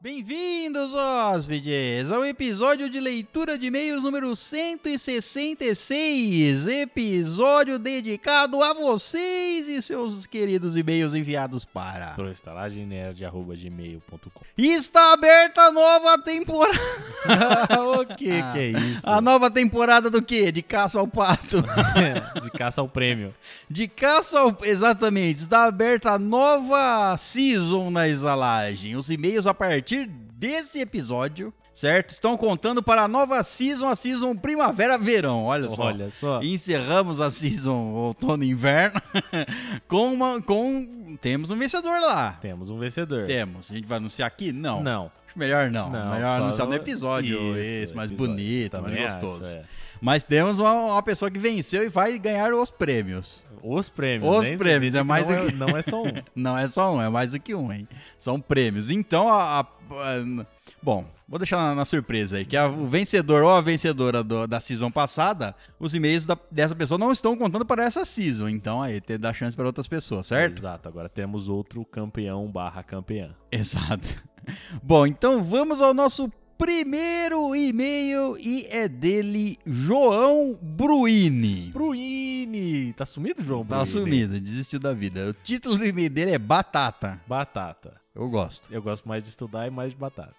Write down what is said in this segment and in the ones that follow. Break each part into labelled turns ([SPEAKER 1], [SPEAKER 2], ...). [SPEAKER 1] Bem-vindos, hóspedes, ao episódio de leitura de e-mails número 166, episódio dedicado a vocês e seus queridos e-mails enviados para.
[SPEAKER 2] Pro estalagemnerd.gmail.com
[SPEAKER 1] Está aberta a nova temporada.
[SPEAKER 2] O que
[SPEAKER 1] Ah.
[SPEAKER 2] que é isso?
[SPEAKER 1] A nova temporada do quê? De caça ao pato.
[SPEAKER 2] De caça ao prêmio.
[SPEAKER 1] De caça ao... Exatamente, está aberta a nova season na exalagem. Os e-mails a partir desse episódio, certo? Estão contando para a nova season, a season primavera-verão, olha só.
[SPEAKER 2] Olha só.
[SPEAKER 1] Encerramos a season outono-inverno com uma... com... Temos um vencedor lá.
[SPEAKER 2] Temos um vencedor.
[SPEAKER 1] Temos. A gente vai anunciar aqui? Não.
[SPEAKER 2] Não.
[SPEAKER 1] Acho Melhor não.
[SPEAKER 2] Não,
[SPEAKER 1] Melhor
[SPEAKER 2] só
[SPEAKER 1] anunciar no
[SPEAKER 2] no-
[SPEAKER 1] episódio
[SPEAKER 2] Isso,
[SPEAKER 1] esse, mais
[SPEAKER 2] episódio.
[SPEAKER 1] bonito,
[SPEAKER 2] Também
[SPEAKER 1] mais
[SPEAKER 2] acho,
[SPEAKER 1] gostoso.
[SPEAKER 2] é.
[SPEAKER 1] Mas temos uma, uma pessoa que venceu e vai ganhar os prêmios.
[SPEAKER 2] Os prêmios.
[SPEAKER 1] Os
[SPEAKER 2] né? Esse
[SPEAKER 1] prêmios,
[SPEAKER 2] vídeo
[SPEAKER 1] é mais
[SPEAKER 2] não,
[SPEAKER 1] do
[SPEAKER 2] é,
[SPEAKER 1] que-
[SPEAKER 2] não é só um.
[SPEAKER 1] Não é só um, é mais do que um, hein? São prêmios. Então, a. a- a- bom, vou deixar na, na surpresa aí, que a- o vencedor ou a vencedora do- da season passada, os e-mails da- dessa pessoa não estão contando para essa season. Então, aí, ter, dá chance para outras pessoas, certo?
[SPEAKER 2] Exato. Agora temos outro campeão barra campeã.
[SPEAKER 1] Exato. Bom, então vamos ao nosso primeiro e-mail e é dele, João Bruini.
[SPEAKER 2] Bruini! Tá sumido, João
[SPEAKER 1] Tá
[SPEAKER 2] Bruini?
[SPEAKER 1] sumido, desistiu da vida. O título do e-mail dele é Batata.
[SPEAKER 2] Batata.
[SPEAKER 1] Eu gosto.
[SPEAKER 2] Eu gosto mais de estudar e mais de batata.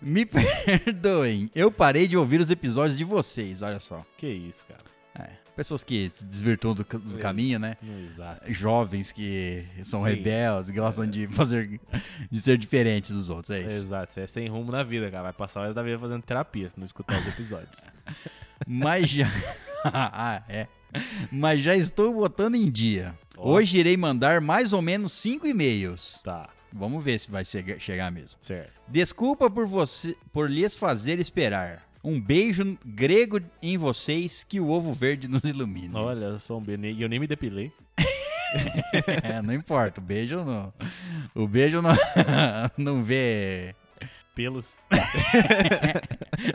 [SPEAKER 1] Me perdoem, eu parei de ouvir os episódios de vocês, olha só.
[SPEAKER 2] que isso, cara.
[SPEAKER 1] É, pessoas que se desvirtuam do, ca- do
[SPEAKER 2] É.
[SPEAKER 1] caminho, né?
[SPEAKER 2] Exato.
[SPEAKER 1] Jovens que são
[SPEAKER 2] Sim.
[SPEAKER 1] rebeldes, gostam de fazer, de ser diferentes dos outros, é isso.
[SPEAKER 2] Exato. Você é sem rumo na vida, cara. Vai passar o resto da vida fazendo terapia se não escutar os episódios.
[SPEAKER 1] Mas já, ah, é. Mas já estou botando em dia.
[SPEAKER 2] Ó.
[SPEAKER 1] Hoje irei mandar mais ou menos cinco e-mails.
[SPEAKER 2] tá,
[SPEAKER 1] Vamos ver se vai chega- chegar mesmo.
[SPEAKER 2] certo.
[SPEAKER 1] Desculpa por você, por lhes fazer esperar. Um beijo grego em vocês que o ovo verde nos ilumine.
[SPEAKER 2] Olha, eu sou um B. E eu nem me depilei.
[SPEAKER 1] É, não importa, o beijo não. O beijo não, não vê.
[SPEAKER 2] Pelos.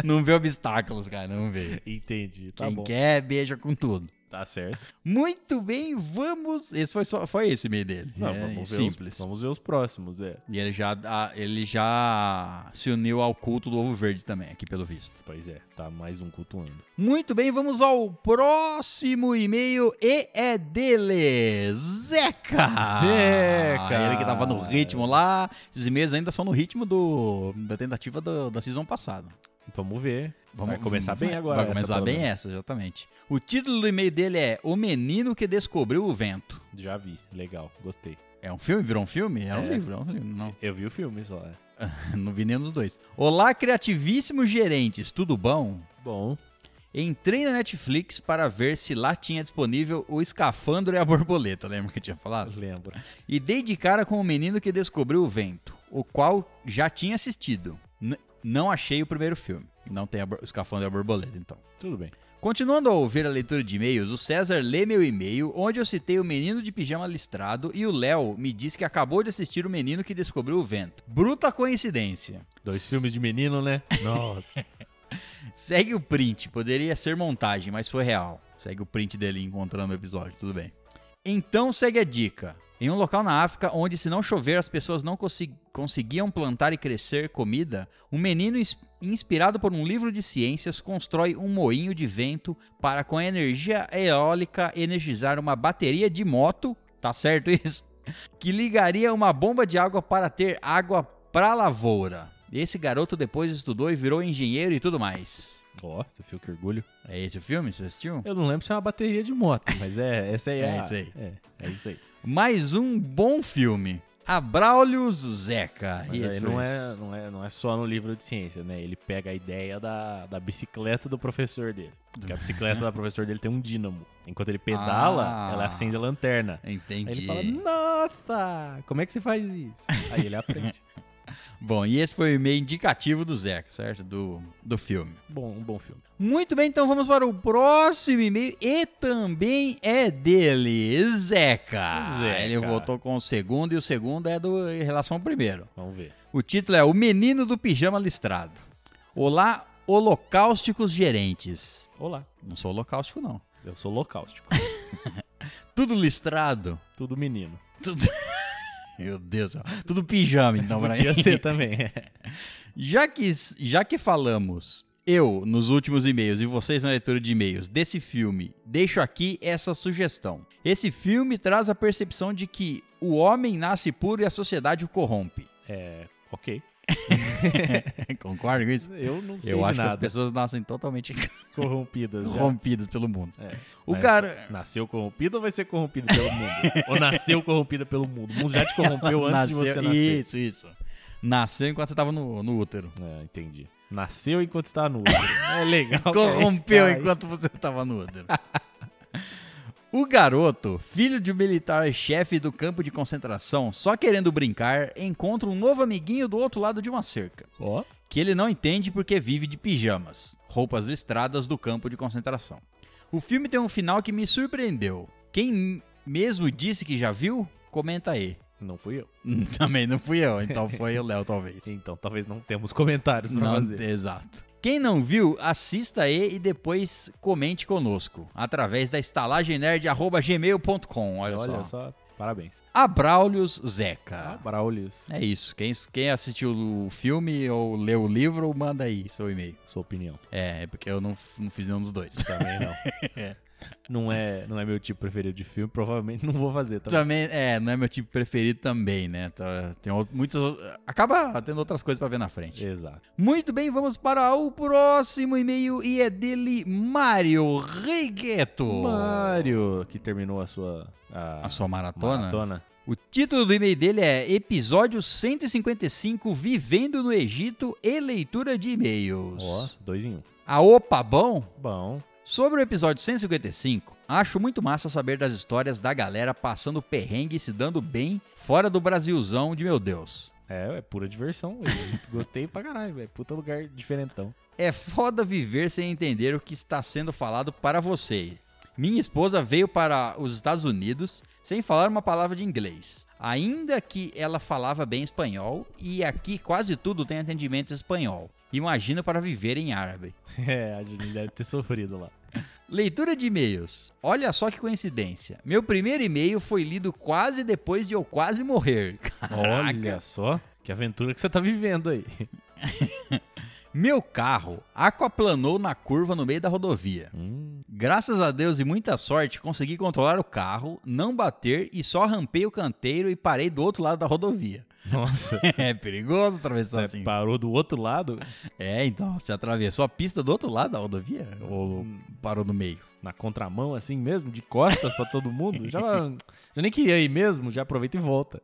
[SPEAKER 1] Não vê obstáculos, cara, não vê.
[SPEAKER 2] Entendi. Tá
[SPEAKER 1] Quem
[SPEAKER 2] bom.
[SPEAKER 1] quer, beija com tudo.
[SPEAKER 2] Tá certo.
[SPEAKER 1] Muito bem, vamos. Esse foi só foi esse meio dele.
[SPEAKER 2] Não,
[SPEAKER 1] é,
[SPEAKER 2] vamos, ver
[SPEAKER 1] simples.
[SPEAKER 2] os, vamos ver os próximos, é.
[SPEAKER 1] E ele já, ah, ele já se uniu ao culto do ovo verde também, aqui pelo visto.
[SPEAKER 2] Pois é, tá mais um cultuando.
[SPEAKER 1] Muito bem, vamos ao próximo e-mail e é dele, Zeca.
[SPEAKER 2] Zeca.
[SPEAKER 1] Ele que tava no ritmo lá. Esses e-mails ainda são no ritmo do, da tentativa do- da season passada.
[SPEAKER 2] Vamos ver. vai começar bem
[SPEAKER 1] vai-
[SPEAKER 2] agora.
[SPEAKER 1] Vai
[SPEAKER 2] essa,
[SPEAKER 1] começar
[SPEAKER 2] pelo
[SPEAKER 1] bem
[SPEAKER 2] menos.
[SPEAKER 1] essa, exatamente. O título do e-mail dele é O Menino que Descobriu o Vento.
[SPEAKER 2] Já vi. Legal. Gostei.
[SPEAKER 1] É um filme? Virou um filme? Era um
[SPEAKER 2] É.
[SPEAKER 1] livro, é um livro, não.
[SPEAKER 2] Eu vi o filme só. É.
[SPEAKER 1] Não vi nenhum dos dois. Olá, criativíssimos gerentes, tudo bom?
[SPEAKER 2] Bom.
[SPEAKER 1] Entrei na Netflix para ver se lá tinha disponível o Escafandro e a Borboleta, lembra que eu tinha falado?
[SPEAKER 2] Lembro.
[SPEAKER 1] E dei de cara com o menino que descobriu o vento, o qual já tinha assistido. N- não achei o primeiro filme. Não tem a bor- o Escafandro e a Borboleta, então.
[SPEAKER 2] Tudo bem.
[SPEAKER 1] Continuando a ouvir a leitura de e-mails, o César lê meu e-mail, onde eu citei o menino de pijama listrado e o Léo me disse que acabou de assistir o menino que descobriu o vento. Bruta coincidência.
[SPEAKER 2] Dois filmes de menino, né? Nossa.
[SPEAKER 1] Segue o print, poderia ser montagem, mas foi real. Segue o print dele encontrando o episódio, tudo bem. Então segue a dica. Em um local na África onde, se não chover, as pessoas não consi- conseguiam plantar e crescer comida, um menino ins- inspirado por um livro de ciências constrói um moinho de vento para, com a energia eólica, energizar uma bateria de moto. Tá certo isso? que ligaria uma bomba de água para ter água pra lavoura. Esse garoto depois estudou e virou engenheiro e tudo mais.
[SPEAKER 2] Ó, você viu que orgulho.
[SPEAKER 1] É esse o filme? Você assistiu?
[SPEAKER 2] Eu não lembro se é uma bateria de moto, mas é, essa aí é.
[SPEAKER 1] É
[SPEAKER 2] a-
[SPEAKER 1] isso aí.
[SPEAKER 2] É, é isso aí.
[SPEAKER 1] Mais um bom filme. Abraulios Zeca.
[SPEAKER 2] Mas
[SPEAKER 1] E
[SPEAKER 2] aí
[SPEAKER 1] esse
[SPEAKER 2] não
[SPEAKER 1] foi
[SPEAKER 2] é,
[SPEAKER 1] esse.
[SPEAKER 2] não, é, não é só no livro de ciência, né? Ele pega a ideia da, da bicicleta do professor dele. Porque a bicicleta do professor dele tem um dínamo. Enquanto ele pedala,
[SPEAKER 1] Ah.
[SPEAKER 2] ela acende a lanterna.
[SPEAKER 1] Entendi.
[SPEAKER 2] Aí ele fala, nossa, como é que você faz isso? Aí ele aprende.
[SPEAKER 1] Bom, e esse foi o e-mail indicativo do Zeca, certo? Do, do filme.
[SPEAKER 2] bom, um bom filme.
[SPEAKER 1] Muito bem, então vamos para o próximo e-mail e também é dele, Zeca.
[SPEAKER 2] Zeca.
[SPEAKER 1] Ele voltou com o segundo e o segundo é do em relação ao primeiro.
[SPEAKER 2] Vamos ver.
[SPEAKER 1] O título é O Menino do Pijama Listrado. Olá, holocausticos gerentes.
[SPEAKER 2] Olá,
[SPEAKER 1] Não sou holocáustico, não.
[SPEAKER 2] eu sou holocáustico.
[SPEAKER 1] Tudo listrado.
[SPEAKER 2] Tudo menino.
[SPEAKER 1] Tudo... Meu Deus, do céu. tudo pijama então pra
[SPEAKER 2] Podia
[SPEAKER 1] mim.
[SPEAKER 2] ser também. é.
[SPEAKER 1] Já que, já que falamos, eu, nos últimos e-mails, e vocês na leitura de e-mails, desse filme, deixo aqui essa sugestão. Esse filme traz a percepção de que o homem nasce puro e a sociedade o corrompe.
[SPEAKER 2] ok.
[SPEAKER 1] Concorda com isso?
[SPEAKER 2] Eu não sei
[SPEAKER 1] Eu
[SPEAKER 2] de
[SPEAKER 1] acho que as
[SPEAKER 2] nada.
[SPEAKER 1] pessoas nascem totalmente
[SPEAKER 2] Corrompidas já.
[SPEAKER 1] corrompidas pelo mundo.
[SPEAKER 2] É.
[SPEAKER 1] O
[SPEAKER 2] Mas
[SPEAKER 1] cara
[SPEAKER 2] Nasceu corrompido ou vai ser corrompido pelo mundo? ou nasceu corrompida pelo mundo? O mundo já te corrompeu antes de você nascer.
[SPEAKER 1] Isso, isso. Nasceu enquanto você tava no, no útero.
[SPEAKER 2] É, entendi. Nasceu enquanto está nu. É legal. pra
[SPEAKER 1] Corrompeu
[SPEAKER 2] esse cara aí.
[SPEAKER 1] enquanto você tava no útero. O garoto, filho de um militar chefe do campo de concentração, só querendo brincar, encontra um novo amiguinho do outro lado de uma cerca,
[SPEAKER 2] Ó,
[SPEAKER 1] que ele não entende porque vive de pijamas, roupas listradas do campo de concentração. O filme tem um final que me surpreendeu. Quem mesmo disse que já viu, comenta aí.
[SPEAKER 2] não fui eu.
[SPEAKER 1] Hum, Também não fui eu, então foi o Léo, talvez.
[SPEAKER 2] Então talvez não temos comentários pra
[SPEAKER 1] Não,
[SPEAKER 2] fazer.
[SPEAKER 1] Exato. Quem não viu, assista aí e depois comente conosco através da estalagemnerd.gmail.com. Olha,
[SPEAKER 2] Olha
[SPEAKER 1] só.
[SPEAKER 2] só, parabéns.
[SPEAKER 1] Abraulios Zeca.
[SPEAKER 2] Braulius,
[SPEAKER 1] É isso. Quem, quem assistiu o filme ou leu o livro, manda aí seu e-mail.
[SPEAKER 2] sua opinião.
[SPEAKER 1] É, é porque eu não, f- não fiz nenhum dos dois.
[SPEAKER 2] Também não. Não é, não é meu tipo preferido de filme, provavelmente não vou fazer também.
[SPEAKER 1] Também, é, não é meu tipo preferido também, né? Tá- Tem outro- muitas. Acaba tendo outras coisas pra ver na frente.
[SPEAKER 2] Exato.
[SPEAKER 1] Muito bem, vamos para o próximo e-mail e é dele Mário Regueto.
[SPEAKER 2] Mario, que terminou a sua a,
[SPEAKER 1] A sua maratona?
[SPEAKER 2] maratona.
[SPEAKER 1] O título do e-mail dele é Episódio 155 Vivendo no Egito e Leitura de E-mails.
[SPEAKER 2] Ó, dois em um.
[SPEAKER 1] A opa bom?
[SPEAKER 2] Bom,
[SPEAKER 1] Sobre o episódio 155, acho muito massa saber das histórias da galera passando perrengue e se dando bem fora do Brasilzão de meu Deus.
[SPEAKER 2] é, é pura diversão. Eu gostei pra caralho, velho. Puta lugar diferentão.
[SPEAKER 1] É foda viver sem entender o que está sendo falado para você. Minha esposa veio para os Estados Unidos sem falar uma palavra de inglês. Ainda que ela falava bem espanhol e aqui quase tudo tem atendimento em espanhol. Imagina para viver em árabe.
[SPEAKER 2] É, a gente deve ter sofrido lá.
[SPEAKER 1] Leitura de e-mails. Olha só que coincidência. Meu primeiro e-mail foi lido quase depois de eu quase morrer.
[SPEAKER 2] Olha só, que aventura que você tá vivendo aí.
[SPEAKER 1] Meu carro aquaplanou na curva no meio da rodovia.
[SPEAKER 2] Hum,
[SPEAKER 1] Graças a Deus e muita sorte, consegui controlar o carro, não bater e só rampei o canteiro e parei do outro lado da rodovia.
[SPEAKER 2] nossa,
[SPEAKER 1] É perigoso atravessar
[SPEAKER 2] você
[SPEAKER 1] assim.
[SPEAKER 2] parou do outro lado
[SPEAKER 1] É, então, você atravessou a pista do outro lado da rodovia? Ou parou no meio?
[SPEAKER 2] na contramão assim mesmo, de costas pra todo mundo, já, já nem queria ir mesmo, já aproveita e volta.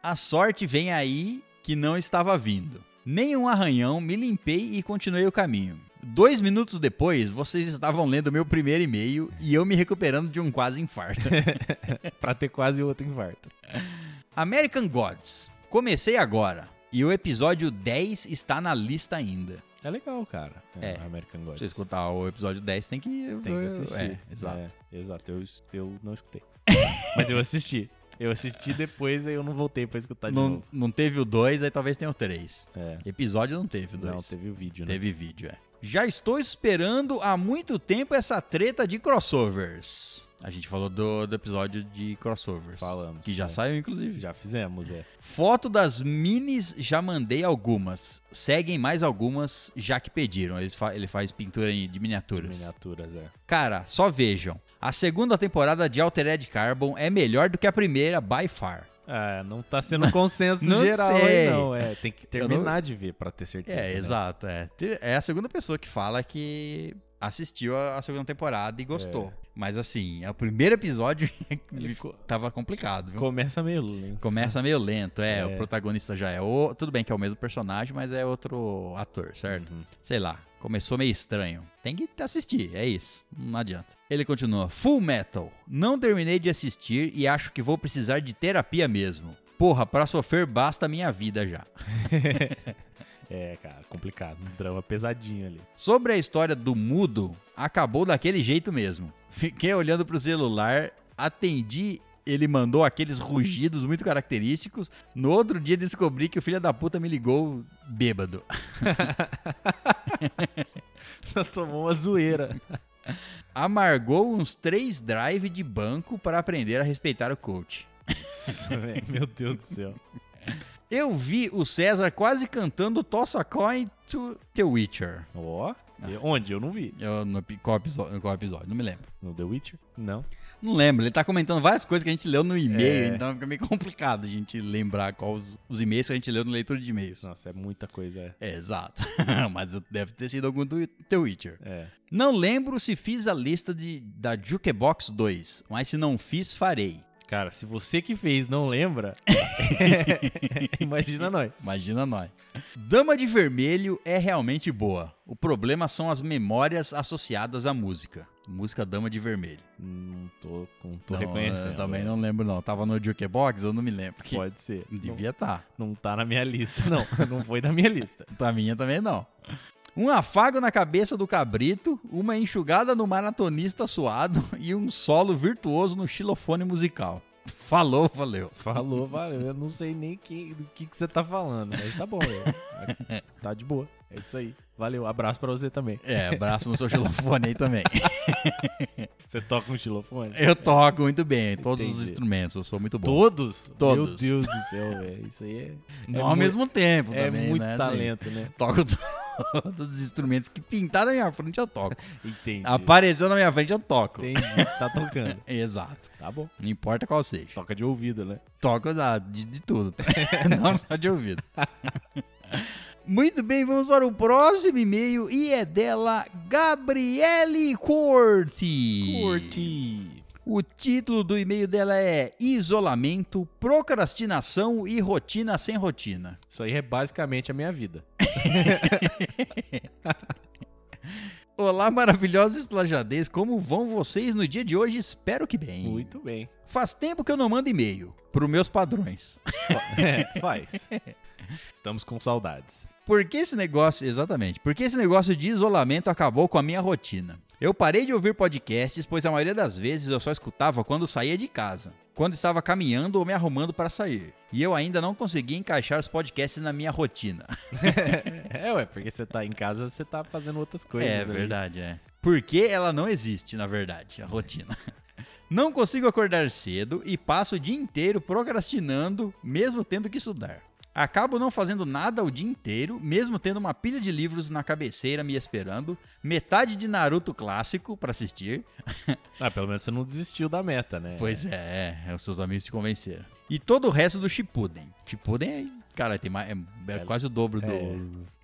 [SPEAKER 1] A sorte vem aí que não estava vindo. Nenhum arranhão, me limpei e continuei o caminho. Dois minutos depois, vocês estavam lendo meu primeiro e-mail e eu me recuperando de um quase infarto.
[SPEAKER 2] Pra ter quase outro infarto.
[SPEAKER 1] American Gods. Comecei agora. E o episódio 10 está na lista ainda.
[SPEAKER 2] É legal, cara.
[SPEAKER 1] É.
[SPEAKER 2] American
[SPEAKER 1] Pra
[SPEAKER 2] Gods.
[SPEAKER 1] você escutar o episódio 10, tem que.
[SPEAKER 2] Tem que assistir.
[SPEAKER 1] É, exato.
[SPEAKER 2] É, exato. Eu, eu não escutei. Mas eu assisti. Eu assisti depois e eu não voltei pra escutar tá de
[SPEAKER 1] não,
[SPEAKER 2] novo.
[SPEAKER 1] não teve o 2, aí talvez tenha o 3.
[SPEAKER 2] É.
[SPEAKER 1] Episódio não teve o 2.
[SPEAKER 2] Não, teve o vídeo, né?
[SPEAKER 1] Teve vídeo, é. Já estou esperando há muito tempo essa treta de crossovers. A gente falou do, do episódio de crossovers.
[SPEAKER 2] Falamos,
[SPEAKER 1] Que já
[SPEAKER 2] é.
[SPEAKER 1] saiu, inclusive.
[SPEAKER 2] Já fizemos, é.
[SPEAKER 1] Foto das minis, já mandei algumas. Seguem mais algumas, já que pediram. Eles fa- ele faz pintura em- de
[SPEAKER 2] De
[SPEAKER 1] miniaturas.
[SPEAKER 2] miniaturas, é.
[SPEAKER 1] Cara, só vejam. A segunda temporada de Altered Carbon é melhor do que a primeira, by far.
[SPEAKER 2] Ah, não tá sendo um consenso
[SPEAKER 1] Não
[SPEAKER 2] geral
[SPEAKER 1] sei.
[SPEAKER 2] aí, não. É, tem que
[SPEAKER 1] Eu não-
[SPEAKER 2] terminar de ver pra ter certeza.
[SPEAKER 1] É,
[SPEAKER 2] né?
[SPEAKER 1] exato. É. Te- é a segunda pessoa que fala que assistiu a a segunda temporada e gostou. Mas assim, é o primeiro episódio
[SPEAKER 2] Ele co-
[SPEAKER 1] tava complicado, viu?
[SPEAKER 2] Começa meio lento.
[SPEAKER 1] Começa meio lento, é, O
[SPEAKER 2] É.
[SPEAKER 1] protagonista já é o. Tudo bem que é o mesmo personagem, mas é outro ator, certo?
[SPEAKER 2] Uhum.
[SPEAKER 1] Sei lá. Começou meio estranho. Tem que assistir, é isso. Não adianta. Ele continua. Full Metal. Não terminei de assistir e acho que vou precisar de terapia mesmo. Porra, pra sofrer basta minha vida já.
[SPEAKER 2] É, cara, complicado. Um drama pesadinho ali.
[SPEAKER 1] Sobre a história do mudo, acabou daquele jeito mesmo. Fiquei olhando pro celular, atendi, ele mandou aqueles rugidos muito característicos. No outro dia descobri que o filho da puta me ligou bêbado.
[SPEAKER 2] Tomou uma zoeira.
[SPEAKER 1] Amargou uns três drive de banco para aprender a respeitar o coach.
[SPEAKER 2] Nossa, velho, Meu Deus do céu.
[SPEAKER 1] Eu vi o César quase cantando Toss a Coin to The Witcher.
[SPEAKER 2] Ó, e onde? Eu não vi.
[SPEAKER 1] Eu, no, pi- qual, episódio, qual episódio? Não me lembro.
[SPEAKER 2] No The Witcher? Não.
[SPEAKER 1] Não lembro. Ele tá comentando várias coisas que a gente leu no e-mail,
[SPEAKER 2] É.
[SPEAKER 1] então fica meio complicado a gente lembrar qual os, os e-mails que a gente leu no leitura de e-mails.
[SPEAKER 2] Nossa, é muita coisa.
[SPEAKER 1] É, exato. Mas deve ter sido algum do The Witcher.
[SPEAKER 2] É.
[SPEAKER 1] Não lembro se fiz a lista de, da Jukebox 2, mas se não fiz, farei.
[SPEAKER 2] Cara, se você que fez não lembra, imagina nós.
[SPEAKER 1] Imagina nós. Dama de Vermelho é realmente boa. O problema são as memórias associadas à música. Música Dama de Vermelho.
[SPEAKER 2] Não tô, não tô
[SPEAKER 1] Não,
[SPEAKER 2] reconhecendo.
[SPEAKER 1] Eu também não lembro, não. Tava no Jukebox? Eu não me lembro. Que
[SPEAKER 2] Pode ser.
[SPEAKER 1] devia estar. Tá.
[SPEAKER 2] Não, não tá na minha lista, não. Não foi na minha lista.
[SPEAKER 1] Pra minha também não. Um afago na cabeça do cabrito, uma enxugada no maratonista suado e um solo virtuoso no xilofone musical. Falou, valeu.
[SPEAKER 2] Falou, valeu. Eu não sei nem que, do que, que você tá falando, mas tá bom. velho. Tá de boa. É isso aí. Valeu. Abraço pra você também.
[SPEAKER 1] É, abraço no seu xilofone aí também.
[SPEAKER 2] Você toca um xilofone?
[SPEAKER 1] Eu toco muito bem, todos os
[SPEAKER 2] Entendi.
[SPEAKER 1] instrumentos, eu sou muito bom.
[SPEAKER 2] Todos?
[SPEAKER 1] Todos.
[SPEAKER 2] Meu Deus do céu, velho. Isso aí é.
[SPEAKER 1] Não
[SPEAKER 2] é
[SPEAKER 1] ao
[SPEAKER 2] mu-
[SPEAKER 1] mesmo tempo
[SPEAKER 2] É
[SPEAKER 1] também,
[SPEAKER 2] muito
[SPEAKER 1] né?
[SPEAKER 2] talento, né?
[SPEAKER 1] Toco todos os instrumentos que pintar na minha frente, eu toco.
[SPEAKER 2] Entendi.
[SPEAKER 1] Apareceu na minha frente, eu toco.
[SPEAKER 2] Entendi. Tá tocando.
[SPEAKER 1] Exato.
[SPEAKER 2] Tá bom.
[SPEAKER 1] Não importa qual seja.
[SPEAKER 2] Toca de ouvido, né?
[SPEAKER 1] Toco da- de, de tudo. tá? Não só de ouvido. Muito bem, vamos para o próximo e-mail e é dela Gabriele Corti.
[SPEAKER 2] Curti.
[SPEAKER 1] O título do e-mail dela é Isolamento, Procrastinação e Rotina Sem Rotina.
[SPEAKER 2] Isso aí é basicamente a minha vida.
[SPEAKER 1] Olá, maravilhosos estlajadez, como vão vocês no dia de hoje? Espero que bem.
[SPEAKER 2] Muito bem.
[SPEAKER 1] Faz tempo que eu não mando e-mail, para meus padrões.
[SPEAKER 2] É, faz. Estamos com saudades.
[SPEAKER 1] Por que esse negócio, exatamente, por que esse negócio de isolamento acabou com a minha rotina? Eu parei de ouvir podcasts, pois a maioria das vezes eu só escutava quando saía de casa, quando estava caminhando ou me arrumando para sair. E eu ainda não conseguia encaixar os podcasts na minha rotina.
[SPEAKER 2] É, ué, porque você tá em casa, você tá fazendo outras coisas.
[SPEAKER 1] é
[SPEAKER 2] ali. né?
[SPEAKER 1] verdade, é. Porque ela não existe, na verdade, a rotina. Não consigo acordar cedo e passo o dia inteiro procrastinando, mesmo tendo que estudar. Acabo não fazendo nada o dia inteiro, mesmo tendo uma pilha de livros na cabeceira me esperando, metade de Naruto clássico pra assistir.
[SPEAKER 2] Ah, pelo menos você não desistiu da meta, né?
[SPEAKER 1] Pois é, é, os seus amigos te convenceram. E todo o resto do Shippuden. Shippuden é, cara, tem mais, é, é
[SPEAKER 2] É,
[SPEAKER 1] quase o dobro do...
[SPEAKER 2] é.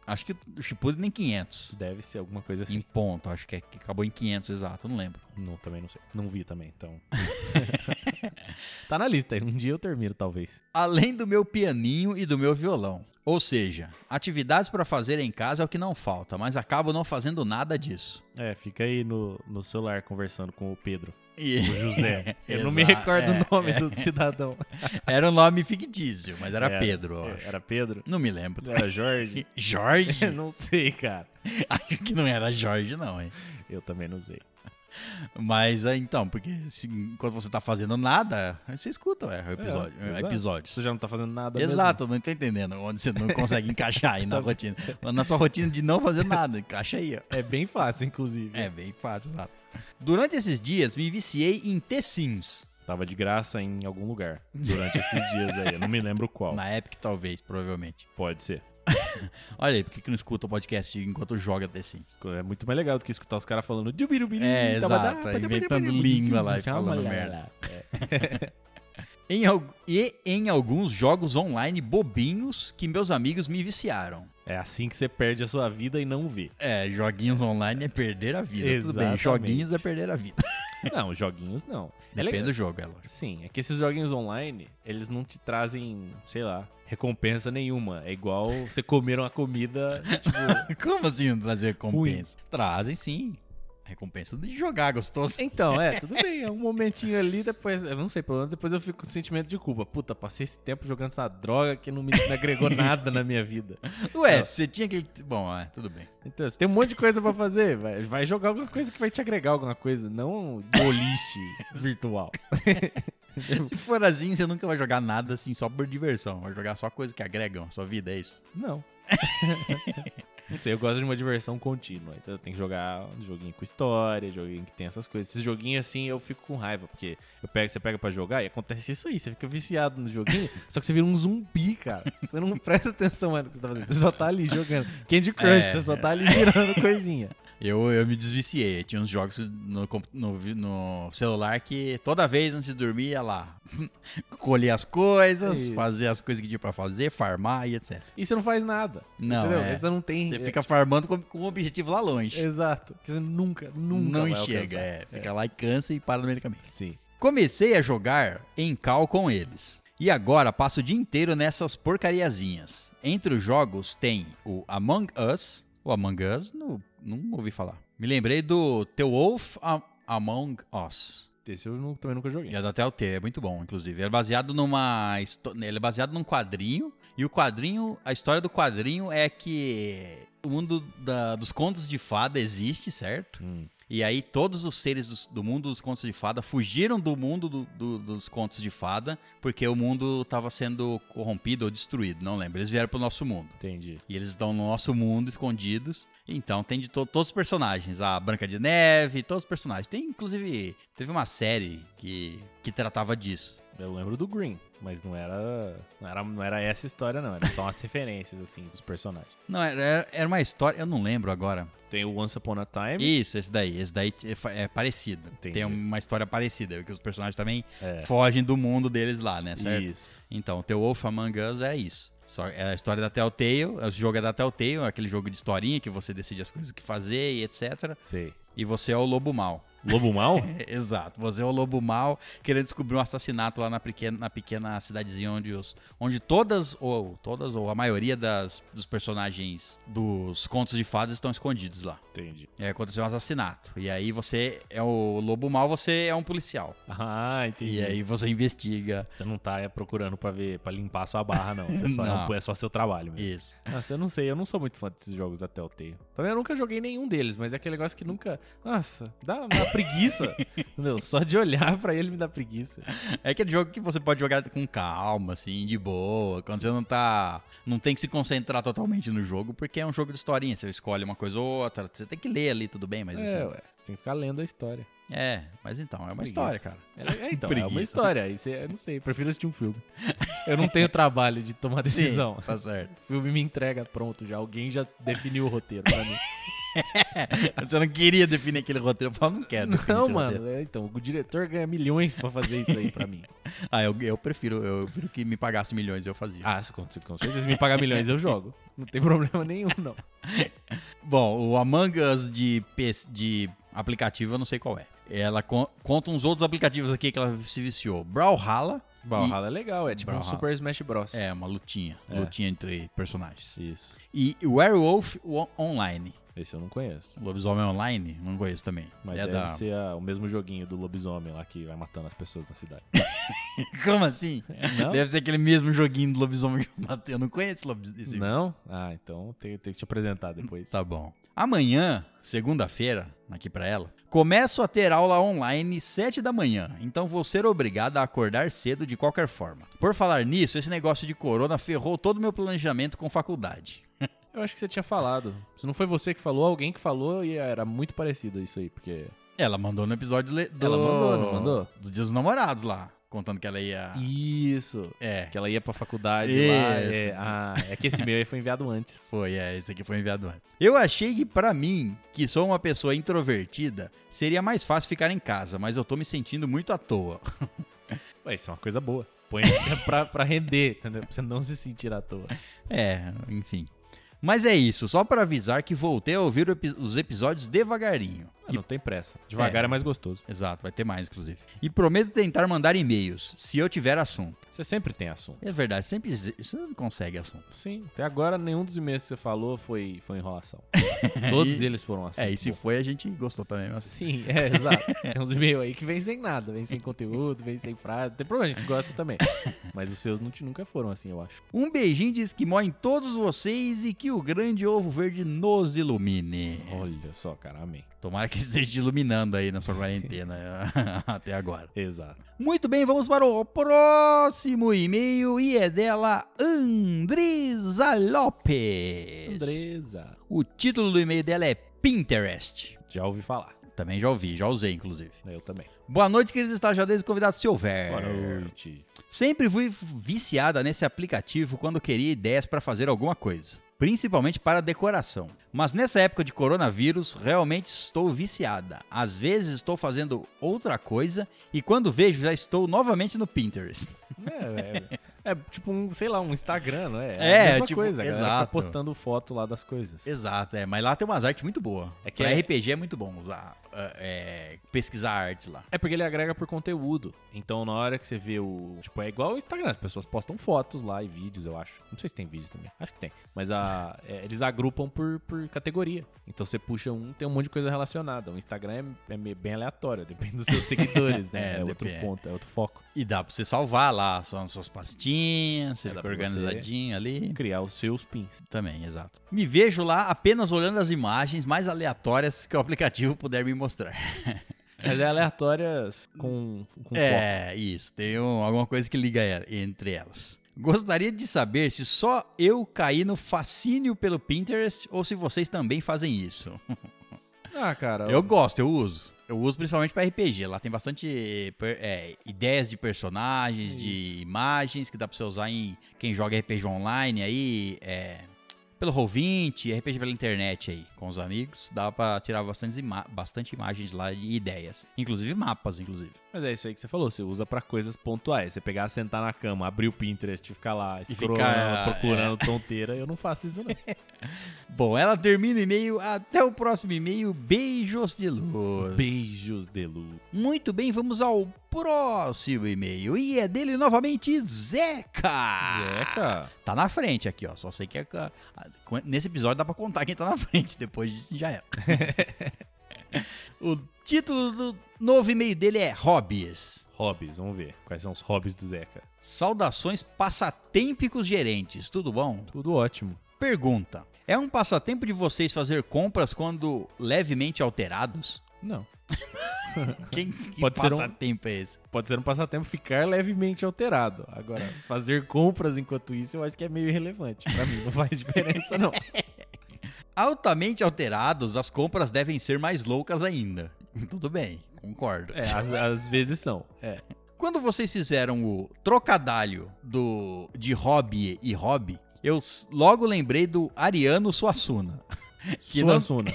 [SPEAKER 1] Acho que o Shippuden tem 500
[SPEAKER 2] Deve ser alguma coisa
[SPEAKER 1] em
[SPEAKER 2] assim.
[SPEAKER 1] ponto, acho que, é, que acabou em 500 exato, não lembro.
[SPEAKER 2] Não, também não sei. Não vi também, então. tá na lista aí. Um dia eu termino, talvez.
[SPEAKER 1] Além do meu pianinho e do meu violão. Ou seja, atividades para fazer em casa é o que não falta, mas acabo não fazendo nada disso.
[SPEAKER 2] É, fica aí no, no celular conversando com o Pedro. O
[SPEAKER 1] E
[SPEAKER 2] José. Eu não me
[SPEAKER 1] Exato,
[SPEAKER 2] recordo
[SPEAKER 1] é,
[SPEAKER 2] o nome do cidadão.
[SPEAKER 1] era um nome fictício, mas era Pedro, eu
[SPEAKER 2] é,
[SPEAKER 1] acho.
[SPEAKER 2] Era Pedro?
[SPEAKER 1] Não me lembro.
[SPEAKER 2] Era Jorge?
[SPEAKER 1] Jorge?
[SPEAKER 2] não sei, cara.
[SPEAKER 1] acho que não era Jorge, não, hein?
[SPEAKER 2] Eu também não sei.
[SPEAKER 1] Mas é, então, porque se- enquanto você tá fazendo nada, aí você escuta ué, o episódio,
[SPEAKER 2] É, exato. Você
[SPEAKER 1] episódios.
[SPEAKER 2] já não tá fazendo nada mesmo?
[SPEAKER 1] Exato, não tô entendendo onde você não consegue encaixar aí
[SPEAKER 2] Tá
[SPEAKER 1] na rotina. Na sua rotina de não fazer nada, encaixa aí, ó.
[SPEAKER 2] É bem fácil, inclusive.
[SPEAKER 1] É bem fácil, exato. Durante esses dias, me viciei em T-Sims.
[SPEAKER 2] Tava de graça em algum lugar durante esses dias aí. Eu não me lembro qual.
[SPEAKER 1] Na Epic, talvez, provavelmente.
[SPEAKER 2] Pode ser.
[SPEAKER 1] Olha aí, por que, que não escuta o podcast enquanto joga The Sims?
[SPEAKER 2] É muito mais legal do que escutar os caras falando. tá, "Dubirubiru,
[SPEAKER 1] É,
[SPEAKER 2] tabadá,
[SPEAKER 1] exato,
[SPEAKER 2] tabadá,
[SPEAKER 1] inventando
[SPEAKER 2] tabadá,
[SPEAKER 1] língua lá e
[SPEAKER 2] chama
[SPEAKER 1] falando
[SPEAKER 2] lá,
[SPEAKER 1] merda.
[SPEAKER 2] lá.
[SPEAKER 1] Em, al- e em alguns jogos online bobinhos que meus amigos me viciaram.
[SPEAKER 2] É assim que você perde a sua vida e não vê.
[SPEAKER 1] É, joguinhos online é perder a vida. Tudo bem,
[SPEAKER 2] Exatamente.
[SPEAKER 1] joguinhos é perder a vida.
[SPEAKER 2] Não, joguinhos não. É
[SPEAKER 1] Depende
[SPEAKER 2] legal.
[SPEAKER 1] do jogo, é lógico.
[SPEAKER 2] Sim, é que esses joguinhos online, eles não te trazem, sei lá, recompensa nenhuma. É igual você comer uma comida, tipo,
[SPEAKER 1] Como assim não trazer recompensa? Trazem sim. Recompensa de jogar, gostoso.
[SPEAKER 2] Então, é, tudo bem, é um momentinho ali, depois, eu não sei, pelo menos depois eu fico com sentimento de culpa. Puta, passei esse tempo jogando essa droga que não me não agregou nada na minha vida.
[SPEAKER 1] Ué,
[SPEAKER 2] Não.
[SPEAKER 1] você tinha que. Bom, é, tudo bem.
[SPEAKER 2] Então, você tem um monte de coisa pra fazer, vai, vai jogar alguma coisa que vai te agregar alguma coisa, não um boliche virtual.
[SPEAKER 1] Se for assim, você nunca vai jogar nada assim só por diversão. Vai jogar só coisa que agregam a sua vida, é isso?
[SPEAKER 2] Não. Não sei, eu gosto de uma diversão contínua. Então eu tenho que jogar um joguinho com história, joguinho que tem essas coisas. Esses joguinhos assim eu fico com raiva, porque eu pego, você pega pra jogar e acontece isso aí. Você fica viciado no joguinho, só que você vira um zumbi, cara. Você não presta atenção mais no que você tá fazendo. Você só tá ali jogando. Candy Crush,
[SPEAKER 1] É.
[SPEAKER 2] você só tá ali virando coisinha.
[SPEAKER 1] Eu, eu me desviciei. Tinha uns jogos no, comp- no vi- no celular que toda vez antes de dormir ia lá colher as coisas,
[SPEAKER 2] Isso.
[SPEAKER 1] fazer as coisas que tinha pra fazer, farmar e etc.
[SPEAKER 2] E você não faz nada.
[SPEAKER 1] Não,
[SPEAKER 2] entendeu?
[SPEAKER 1] é.
[SPEAKER 2] Você não tem.
[SPEAKER 1] Você fica farmando com, com um objetivo lá longe.
[SPEAKER 2] Exato. Que você nunca, nunca.
[SPEAKER 1] não
[SPEAKER 2] vai
[SPEAKER 1] enxerga.
[SPEAKER 2] alcançar.
[SPEAKER 1] é. Fica lá e cansa e para no meio do caminho.
[SPEAKER 2] Sim.
[SPEAKER 1] Comecei a jogar em cal com eles. E agora passo o dia inteiro nessas porcariazinhas. Entre os jogos tem o Among Us. O Among Us, não, não ouvi falar. Me lembrei do The Wolf Am- Among Us.
[SPEAKER 2] Esse eu nu- também nunca joguei.
[SPEAKER 1] É da Telltale, é muito bom, inclusive. Ele é baseado numa. histo- Ele é baseado num quadrinho. E o quadrinho. A história do quadrinho é que o mundo da- dos contos de fada existe, certo?
[SPEAKER 2] Hum.
[SPEAKER 1] E aí todos os seres dos- do, mundo dos contos de fada fugiram do mundo do- do- dos contos de fada, porque o mundo estava sendo corrompido ou destruído, não lembro. Eles vieram pro nosso mundo.
[SPEAKER 2] Entendi.
[SPEAKER 1] E eles estão no nosso mundo escondidos. Então tem de to- todos os personagens, a Branca de Neve, todos os personagens. Tem inclusive teve uma série que que tratava disso.
[SPEAKER 2] Eu lembro do Green, mas não era, não era, não era essa história, não. Era só umas referências, assim, dos personagens.
[SPEAKER 1] Não, era- era, era uma história, eu não lembro agora.
[SPEAKER 2] Tem o Once Upon a Time.
[SPEAKER 1] Isso, esse daí, esse daí é fa- é parecido.
[SPEAKER 2] Entendi.
[SPEAKER 1] Tem uma história parecida, que os personagens também
[SPEAKER 2] É.
[SPEAKER 1] fogem do mundo deles lá,
[SPEAKER 2] tá
[SPEAKER 1] né, certo?
[SPEAKER 2] Isso.
[SPEAKER 1] Então, The Wolf Among Us é isso. Só é a história da Telltale, o jogo é da Telltale, é aquele jogo de historinha que você decide as coisas que fazer e etc.
[SPEAKER 2] Sei.
[SPEAKER 1] E você é o lobo mau.
[SPEAKER 2] Lobo Mal?
[SPEAKER 1] É, Exato, você é o lobo mau querendo descobrir um assassinato lá na pequena, na pequena cidadezinha onde, os, onde todas ou todas ou a maioria das, dos personagens dos contos de fadas estão escondidos lá.
[SPEAKER 2] Entendi.
[SPEAKER 1] E aí aconteceu um assassinato. E aí você é o lobo mau, você é um policial.
[SPEAKER 2] Ah, entendi.
[SPEAKER 1] E aí você investiga
[SPEAKER 2] Você não tá procurando pra ver, pra limpar a sua barra, não. Você só,
[SPEAKER 1] Não.
[SPEAKER 2] É só seu trabalho mesmo.
[SPEAKER 1] isso.
[SPEAKER 2] Nossa, eu não sei, eu não sou muito fã desses jogos da Telltale. Também eu nunca joguei nenhum deles, mas é aquele negócio que nunca. Nossa, dá uma preguiça. Entendeu? Só de olhar pra ele me dá preguiça.
[SPEAKER 1] É aquele jogo que você pode jogar com calma, assim, de boa, quando você não tá. Não tem que se concentrar totalmente no jogo, porque é um jogo de historinha. Você escolhe uma coisa ou outra, você tem que ler ali, tudo bem, mas
[SPEAKER 2] é,
[SPEAKER 1] assim,
[SPEAKER 2] ué, você tem que ficar lendo a história.
[SPEAKER 1] É, mas então, é uma
[SPEAKER 2] Preguiça.
[SPEAKER 1] história, cara.
[SPEAKER 2] É, é, então, é uma
[SPEAKER 1] Preguiça.
[SPEAKER 2] história. Aí você, eu não sei, prefiro assistir um filme. Eu não tenho trabalho de tomar decisão.
[SPEAKER 1] Sim, tá certo.
[SPEAKER 2] O filme me entrega pronto já. Alguém já definiu o roteiro pra mim.
[SPEAKER 1] Você não queria definir aquele roteiro, eu falo, não quero. definir
[SPEAKER 2] Não,
[SPEAKER 1] esse roteiro.
[SPEAKER 2] mano. é, então, o diretor ganha milhões pra fazer isso aí pra mim.
[SPEAKER 1] Ah, eu, eu prefiro, eu prefiro que me pagasse milhões e eu fazia.
[SPEAKER 2] Ah, se com, se com certeza se me pagar milhões, eu jogo. Não tem problema nenhum, não.
[SPEAKER 1] Bom, o Among Us de, PS de aplicativo, eu não sei qual é. Ela con- conta uns outros aplicativos aqui que ela se viciou. Brawlhalla. e-
[SPEAKER 2] Brawlhalla é legal, é tipo um
[SPEAKER 1] Brawlhalla.
[SPEAKER 2] Super Smash Bros.
[SPEAKER 1] É, uma lutinha.
[SPEAKER 2] É.
[SPEAKER 1] Lutinha entre personagens.
[SPEAKER 2] Isso.
[SPEAKER 1] E Werewolf O- Online.
[SPEAKER 2] Esse eu não conheço.
[SPEAKER 1] Lobisomem Online? Não conheço também.
[SPEAKER 2] Mas
[SPEAKER 1] é
[SPEAKER 2] deve
[SPEAKER 1] da...
[SPEAKER 2] ser ah, o mesmo joguinho do lobisomem lá que vai matando as pessoas na cidade.
[SPEAKER 1] Como assim?
[SPEAKER 2] Não?
[SPEAKER 1] Deve ser aquele mesmo joguinho do lobisomem que eu matei. Eu não conheço esse lobis- esse
[SPEAKER 2] Não? Ah, então tem, tem que te apresentar depois.
[SPEAKER 1] Tá bom. Amanhã, segunda-feira, aqui pra ela, começo a ter aula online 7 da manhã, então vou ser obrigado a acordar cedo de qualquer forma. Por falar nisso, esse negócio de corona ferrou todo o meu planejamento com faculdade.
[SPEAKER 2] Eu acho que você tinha falado. Se não foi você que falou, alguém que falou e era muito parecido isso aí, porque.
[SPEAKER 1] Ela mandou no episódio le- do...
[SPEAKER 2] Ela mandou, não mandou?
[SPEAKER 1] Do Dia dos Namorados lá, contando que ela ia...
[SPEAKER 2] Isso!
[SPEAKER 1] É,
[SPEAKER 2] Ah. Que ela ia pra faculdade lá.
[SPEAKER 1] Isso.
[SPEAKER 2] É, ah, é que esse meu aí foi enviado antes.
[SPEAKER 1] foi, é, esse aqui foi enviado antes. Eu achei que pra mim, que sou uma pessoa introvertida, seria mais fácil ficar em casa, mas eu tô me sentindo muito à toa.
[SPEAKER 2] Ué, isso é uma coisa boa. Põe pra, pra render, entendeu? Pra você não se sentir à toa.
[SPEAKER 1] É, enfim. Mas é isso, só pra avisar que voltei a ouvir o epi- os episódios devagarinho.
[SPEAKER 2] Ah, Não tem pressa. Devagar é mais gostoso.
[SPEAKER 1] Exato, vai ter mais, inclusive. E prometo tentar mandar e-mails, se eu tiver assunto.
[SPEAKER 2] Você sempre tem assunto.
[SPEAKER 1] É verdade, sempre exi- você não consegue assunto.
[SPEAKER 2] Sim, até agora nenhum dos e-mails que você falou foi, foi enrolação. Todos
[SPEAKER 1] E-
[SPEAKER 2] eles foram assim.
[SPEAKER 1] É, e se
[SPEAKER 2] Bom,
[SPEAKER 1] foi, a gente gostou também. Mas...
[SPEAKER 2] Sim, é, exato. Tem uns e-mails aí que vem sem nada, vem sem conteúdo, vem sem frase. Não tem problema, a gente gosta também. Mas os seus não te- nunca foram assim, eu acho.
[SPEAKER 1] Um beijinho de esquimó em todos vocês e que o grande ovo verde nos ilumine.
[SPEAKER 2] Olha só, cara, amém.
[SPEAKER 1] Tomara que esteja te iluminando aí na sua quarentena até agora.
[SPEAKER 2] Exato.
[SPEAKER 1] Muito bem, vamos para o próximo e-mail e é dela Andresa Lopes.
[SPEAKER 2] Andresa.
[SPEAKER 1] O título do e-mail dela é Pinterest.
[SPEAKER 2] Já ouvi falar.
[SPEAKER 1] Também já ouvi, já usei inclusive.
[SPEAKER 2] Eu também.
[SPEAKER 1] Boa noite, queridos estagiadores e convidados, se houver.
[SPEAKER 2] Boa noite.
[SPEAKER 1] Sempre fui viciada nesse aplicativo quando queria ideias para fazer alguma coisa, principalmente para decoração. Mas nessa época de coronavírus, realmente estou viciada. Às vezes estou fazendo outra coisa e quando vejo já estou novamente no Pinterest.
[SPEAKER 2] É, é, é tipo um, sei lá, um Instagram, não é?
[SPEAKER 1] É,
[SPEAKER 2] a mesma
[SPEAKER 1] tipo,
[SPEAKER 2] coisa, a galera fica
[SPEAKER 1] exato.
[SPEAKER 2] postando foto lá das coisas.
[SPEAKER 1] Exato, é, mas lá tem umas artes muito boas.
[SPEAKER 2] É que
[SPEAKER 1] pra
[SPEAKER 2] é-
[SPEAKER 1] RPG é muito bom usar, é, é, pesquisar artes lá.
[SPEAKER 2] É porque ele agrega por conteúdo. Então na hora que você vê o. Tipo, é igual o Instagram, as pessoas postam fotos lá e vídeos, eu acho. Não sei se tem vídeo também. Acho que tem. Mas a, é, eles agrupam por, por categoria. Então você puxa um, tem um monte de coisa relacionada. O Instagram é, é meio- bem aleatório, depende dos seus seguidores, né?
[SPEAKER 1] É,
[SPEAKER 2] É, outro
[SPEAKER 1] depende.
[SPEAKER 2] ponto, é outro foco.
[SPEAKER 1] E dá pra você salvar lá só suas pastinhas, você
[SPEAKER 2] É,
[SPEAKER 1] fica
[SPEAKER 2] dá pra você-
[SPEAKER 1] organizadinho ali.
[SPEAKER 2] Criar os seus pins.
[SPEAKER 1] Também, exato. Me vejo lá apenas olhando as imagens mais aleatórias que o aplicativo puder me mostrar.
[SPEAKER 2] Mas é aleatória com, com Um foco.
[SPEAKER 1] é, isso. Tem um- alguma coisa que liga ela- entre elas. Gostaria de saber se só eu caí no fascínio pelo Pinterest ou se vocês também fazem isso.
[SPEAKER 2] Ah, cara.
[SPEAKER 1] Eu gosto, eu uso. Eu uso principalmente pra RPG. Lá tem bastante per- é, ideias de personagens, de
[SPEAKER 2] Isso.
[SPEAKER 1] imagens que dá pra você usar em quem joga RPG online aí, é, pelo Roll20, RPG pela internet aí, com os amigos. Dá pra tirar bastante, ima- bastante imagens lá e ideias. Inclusive mapas, inclusive.
[SPEAKER 2] Mas é isso aí que você falou, você usa pra coisas pontuais. Você pegar, sentar na cama, abrir o Pinterest e ficar lá escrolando,
[SPEAKER 1] ficar, é.
[SPEAKER 2] procurando tonteira, eu não faço isso não.
[SPEAKER 1] Bom, ela termina o e-mail. Até o próximo e-mail. Beijos de luz.
[SPEAKER 2] Beijos de luz.
[SPEAKER 1] Muito bem, vamos ao próximo e-mail. E é dele novamente,
[SPEAKER 2] Ah.
[SPEAKER 1] Zeca.
[SPEAKER 2] Zeca.
[SPEAKER 1] Tá na frente aqui, ó. Só sei que é ca- a- com- nesse episódio dá pra contar quem tá na frente. Depois disso já era. o título do novo e-mail dele é Hobbies.
[SPEAKER 2] Hobbies, vamos ver. Quais são os hobbies do Zeca?
[SPEAKER 1] Saudações passatempicos gerentes. Tudo bom?
[SPEAKER 2] Tudo ótimo.
[SPEAKER 1] Pergunta. É um passatempo de vocês fazer compras quando levemente alterados?
[SPEAKER 2] Não.
[SPEAKER 1] Quem, que
[SPEAKER 2] Pode ser um-
[SPEAKER 1] passatempo é esse?
[SPEAKER 2] Pode ser um passatempo ficar levemente alterado. Agora, fazer compras enquanto isso eu acho que é meio irrelevante. Pra mim, não faz diferença não.
[SPEAKER 1] Altamente alterados, as compras devem ser mais loucas ainda. Tudo bem, concordo.
[SPEAKER 2] É, às, às vezes são. É.
[SPEAKER 1] Quando vocês fizeram o trocadalho do de hobby e hobby, eu s- logo lembrei do Ariano Suassuna, Que não-
[SPEAKER 2] Suassuna.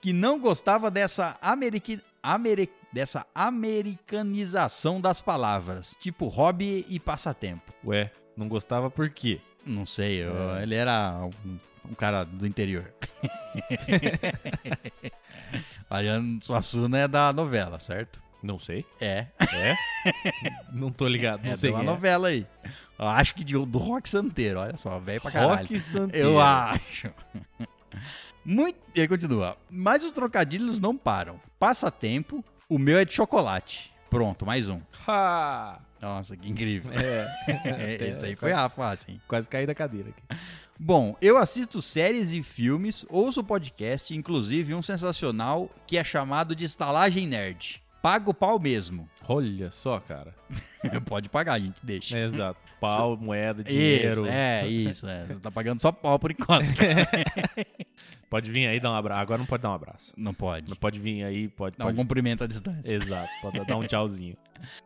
[SPEAKER 1] que não gostava dessa ameriqui, ameri- dessa americanização das palavras, tipo hobby e passatempo.
[SPEAKER 2] Ué, não gostava por quê?
[SPEAKER 1] Não sei, eu-
[SPEAKER 2] É.
[SPEAKER 1] ele era um, um cara do interior. Ariano Suassuna é da novela, certo?
[SPEAKER 2] Não sei.
[SPEAKER 1] É,
[SPEAKER 2] É? não tô ligado, não
[SPEAKER 1] é de
[SPEAKER 2] sei
[SPEAKER 1] uma
[SPEAKER 2] quem é.
[SPEAKER 1] novela aí. Eu acho que de, do Rock Santeiro, olha só, velho pra caralho.
[SPEAKER 2] Rock Santeiro.
[SPEAKER 1] Eu acho. Muito... Ele continua. Mas os trocadilhos não param. Passatempo, o meu é de chocolate. Pronto, mais um.
[SPEAKER 2] Ha!
[SPEAKER 1] Nossa, que incrível.
[SPEAKER 2] É.
[SPEAKER 1] É, Esse aí foi a fácil, hein?
[SPEAKER 2] Quase caí da cadeira aqui.
[SPEAKER 1] Bom, eu assisto séries e filmes, ouço podcast, inclusive um sensacional que é chamado de Estalagem Nerd. Paga o pau mesmo.
[SPEAKER 2] Olha só, cara.
[SPEAKER 1] Pode pagar, a gente deixa.
[SPEAKER 2] É, exato. Pau, moeda,
[SPEAKER 1] Isso,
[SPEAKER 2] dinheiro.
[SPEAKER 1] é, isso, é. Você tá pagando só pau por enquanto.
[SPEAKER 2] Pode vir aí dar um abraço. Agora não pode dar um abraço.
[SPEAKER 1] Não pode.
[SPEAKER 2] Não pode vir aí, pode.
[SPEAKER 1] Dá um
[SPEAKER 2] pode...
[SPEAKER 1] cumprimento à distância.
[SPEAKER 2] Exato, pode dar um tchauzinho.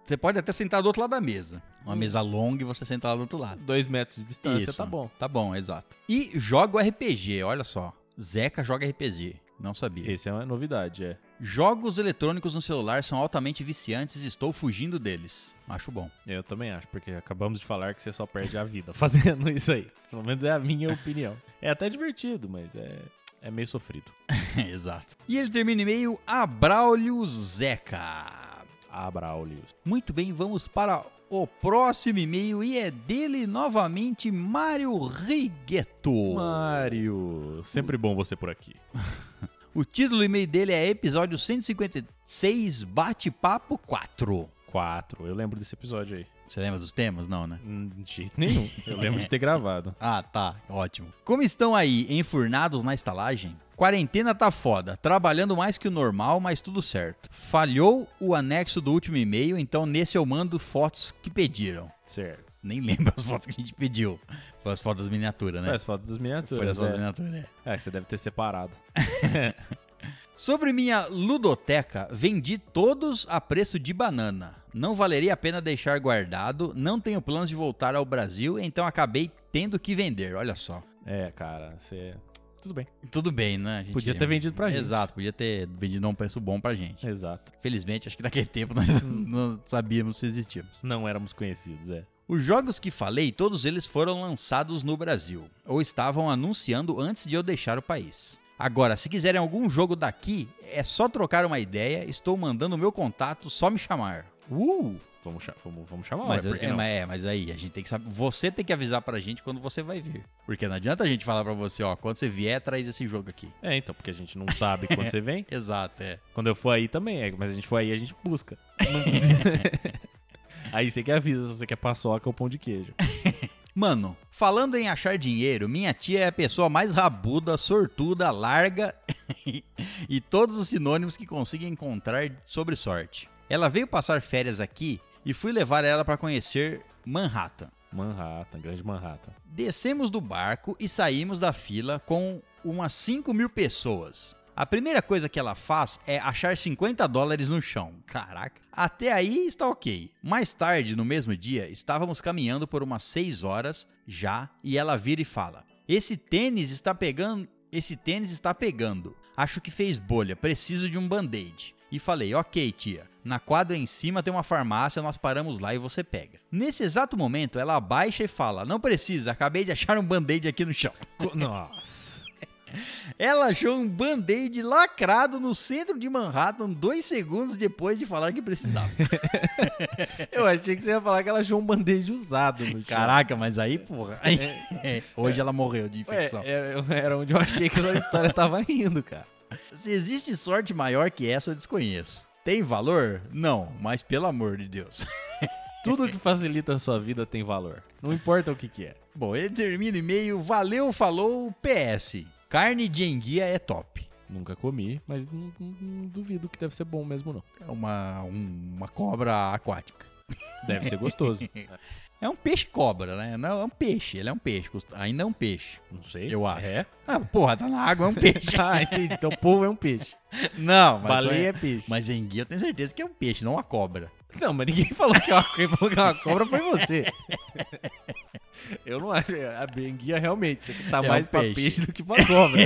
[SPEAKER 1] Você pode até sentar do outro lado da mesa.
[SPEAKER 2] Hum.
[SPEAKER 1] Uma mesa longa e você senta lá do outro lado.
[SPEAKER 2] Dois metros de distância, tá bom.
[SPEAKER 1] Tá bom, exato. E joga o RPG, olha só. Zeca joga RPG. Não sabia.
[SPEAKER 2] Esse é uma novidade, é.
[SPEAKER 1] Jogos eletrônicos no celular são altamente viciantes e estou fugindo deles. Acho bom.
[SPEAKER 2] Eu também acho, porque acabamos de falar que você só perde a vida fazendo isso aí. Pelo menos é a minha opinião. É até divertido, mas é, é meio sofrido.
[SPEAKER 1] exato. E ele termina o e-mail Abraulio Zeca.
[SPEAKER 2] Abraulius.
[SPEAKER 1] Muito bem, vamos para o próximo e-mail e é dele novamente, Mário Rigueto.
[SPEAKER 2] Mário, sempre bom você por aqui.
[SPEAKER 1] O título do e-mail dele é episódio 156, Bate-Papo 4.
[SPEAKER 2] Quatro, eu lembro desse episódio aí.
[SPEAKER 1] Você lembra dos temas? Não, né?
[SPEAKER 2] Hum, De jeito nenhum, eu lembro de ter gravado.
[SPEAKER 1] Ah, tá. Ótimo. Como estão aí, enfurnados na estalagem? Quarentena tá foda, trabalhando mais que o normal, mas tudo certo. Falhou o anexo do último e-mail, então nesse eu mando fotos que pediram.
[SPEAKER 2] Certo.
[SPEAKER 1] Nem lembro as fotos que a gente pediu. Foi as fotos das miniaturas,
[SPEAKER 2] Foi
[SPEAKER 1] né?
[SPEAKER 2] as fotos
[SPEAKER 1] Foi
[SPEAKER 2] das
[SPEAKER 1] as
[SPEAKER 2] miniaturas.
[SPEAKER 1] fotos das
[SPEAKER 2] é.
[SPEAKER 1] miniaturas, é.
[SPEAKER 2] É, que você deve ter separado.
[SPEAKER 1] Sobre minha ludoteca, vendi todos a preço de banana. Não valeria a pena deixar guardado, não tenho planos de voltar ao Brasil, então acabei tendo que vender, olha só.
[SPEAKER 2] É, cara, você. Tudo bem.
[SPEAKER 1] Tudo bem, né? A gente-
[SPEAKER 2] Podia ter vendido pra gente.
[SPEAKER 1] Exato, podia ter vendido a um preço bom pra gente.
[SPEAKER 2] Exato.
[SPEAKER 1] Felizmente, acho que naquele tempo nós não sabíamos se existíamos.
[SPEAKER 2] Não éramos conhecidos, é.
[SPEAKER 1] Os jogos que falei, todos eles foram lançados no Brasil, ou estavam anunciando antes de eu deixar o país. Agora, se quiserem algum jogo daqui, é só trocar uma ideia, estou mandando o meu contato, só me chamar.
[SPEAKER 2] Uh! Vamos, cha- vamos, vamos chamar,
[SPEAKER 1] mas,
[SPEAKER 2] ué, por que
[SPEAKER 1] é,
[SPEAKER 2] não?
[SPEAKER 1] mas é, mas aí, a gente tem que saber. Você tem que avisar pra gente quando você vai vir. Porque não adianta a gente falar pra você, ó, quando você vier, traz esse jogo aqui.
[SPEAKER 2] É, então, porque a gente não sabe quando você vem.
[SPEAKER 1] Exato, é.
[SPEAKER 2] Quando eu for aí também, é, mas a gente for aí, a gente busca. Não precisa- aí você que avisa se você quer paçoca ou pão de queijo.
[SPEAKER 1] Mano, falando em achar dinheiro, minha tia é a pessoa mais rabuda, sortuda, larga e todos os sinônimos que consiga encontrar sobre sorte. Ela veio passar férias aqui e fui levar ela para conhecer Manhattan.
[SPEAKER 2] Manhattan, grande Manhattan.
[SPEAKER 1] Descemos do barco e saímos da fila com umas 5 mil pessoas. A primeira coisa que ela faz é achar 50 dólares no chão. Caraca. Até aí está ok. Mais tarde, no mesmo dia, estávamos caminhando por umas 6 horas já e ela vira e fala: Esse tênis está pegando. Esse tênis está pegando. Acho que fez bolha. Preciso de um band-aid. E falei, ok, tia. Na quadra em cima tem uma farmácia, nós paramos lá e você pega. Nesse exato momento, ela abaixa e fala: Não precisa, acabei de achar um band-aid aqui no chão.
[SPEAKER 2] Co- Nossa.
[SPEAKER 1] Ela achou um band-aid lacrado no centro de Manhattan dois segundos depois de falar que precisava.
[SPEAKER 2] Eu achei que você ia falar que ela achou um band-aid usado no chão. É,
[SPEAKER 1] Caraca, mas aí, porra. aí- é, hoje ela morreu de
[SPEAKER 2] Ué,
[SPEAKER 1] infecção.
[SPEAKER 2] era, era onde eu achei que a história tava indo, cara.
[SPEAKER 1] Se existe sorte maior que essa, eu desconheço. Tem valor? Não, mas pelo amor de Deus.
[SPEAKER 2] Tudo que facilita a sua vida tem valor. Não importa o que que é.
[SPEAKER 1] Bom, ele termina o e-mail. Valeu, falou, PS. Carne de enguia é top.
[SPEAKER 2] Nunca comi, mas não, não- não duvido que deve ser bom mesmo, não.
[SPEAKER 1] É uma, um- uma cobra aquática.
[SPEAKER 2] Deve ser gostoso.
[SPEAKER 1] É um peixe-cobra, né? Não, é um peixe. Ele é um peixe. custa- Ainda é um peixe.
[SPEAKER 2] Não sei.
[SPEAKER 1] Eu acho.
[SPEAKER 2] É?
[SPEAKER 1] Ah, porra, tá na água, é um peixe.
[SPEAKER 2] Ah, entendi. Então povo é um peixe.
[SPEAKER 1] Não, mas...
[SPEAKER 2] Baleia é peixe.
[SPEAKER 1] Mas enguia eu tenho certeza que é um peixe, não uma cobra.
[SPEAKER 2] Não, mas ninguém falou que uma, quem falou que é uma cobra foi você. Eu não acho. A enguia realmente tá
[SPEAKER 1] É um
[SPEAKER 2] mais pra
[SPEAKER 1] peixe.
[SPEAKER 2] peixe. do que pra cobra.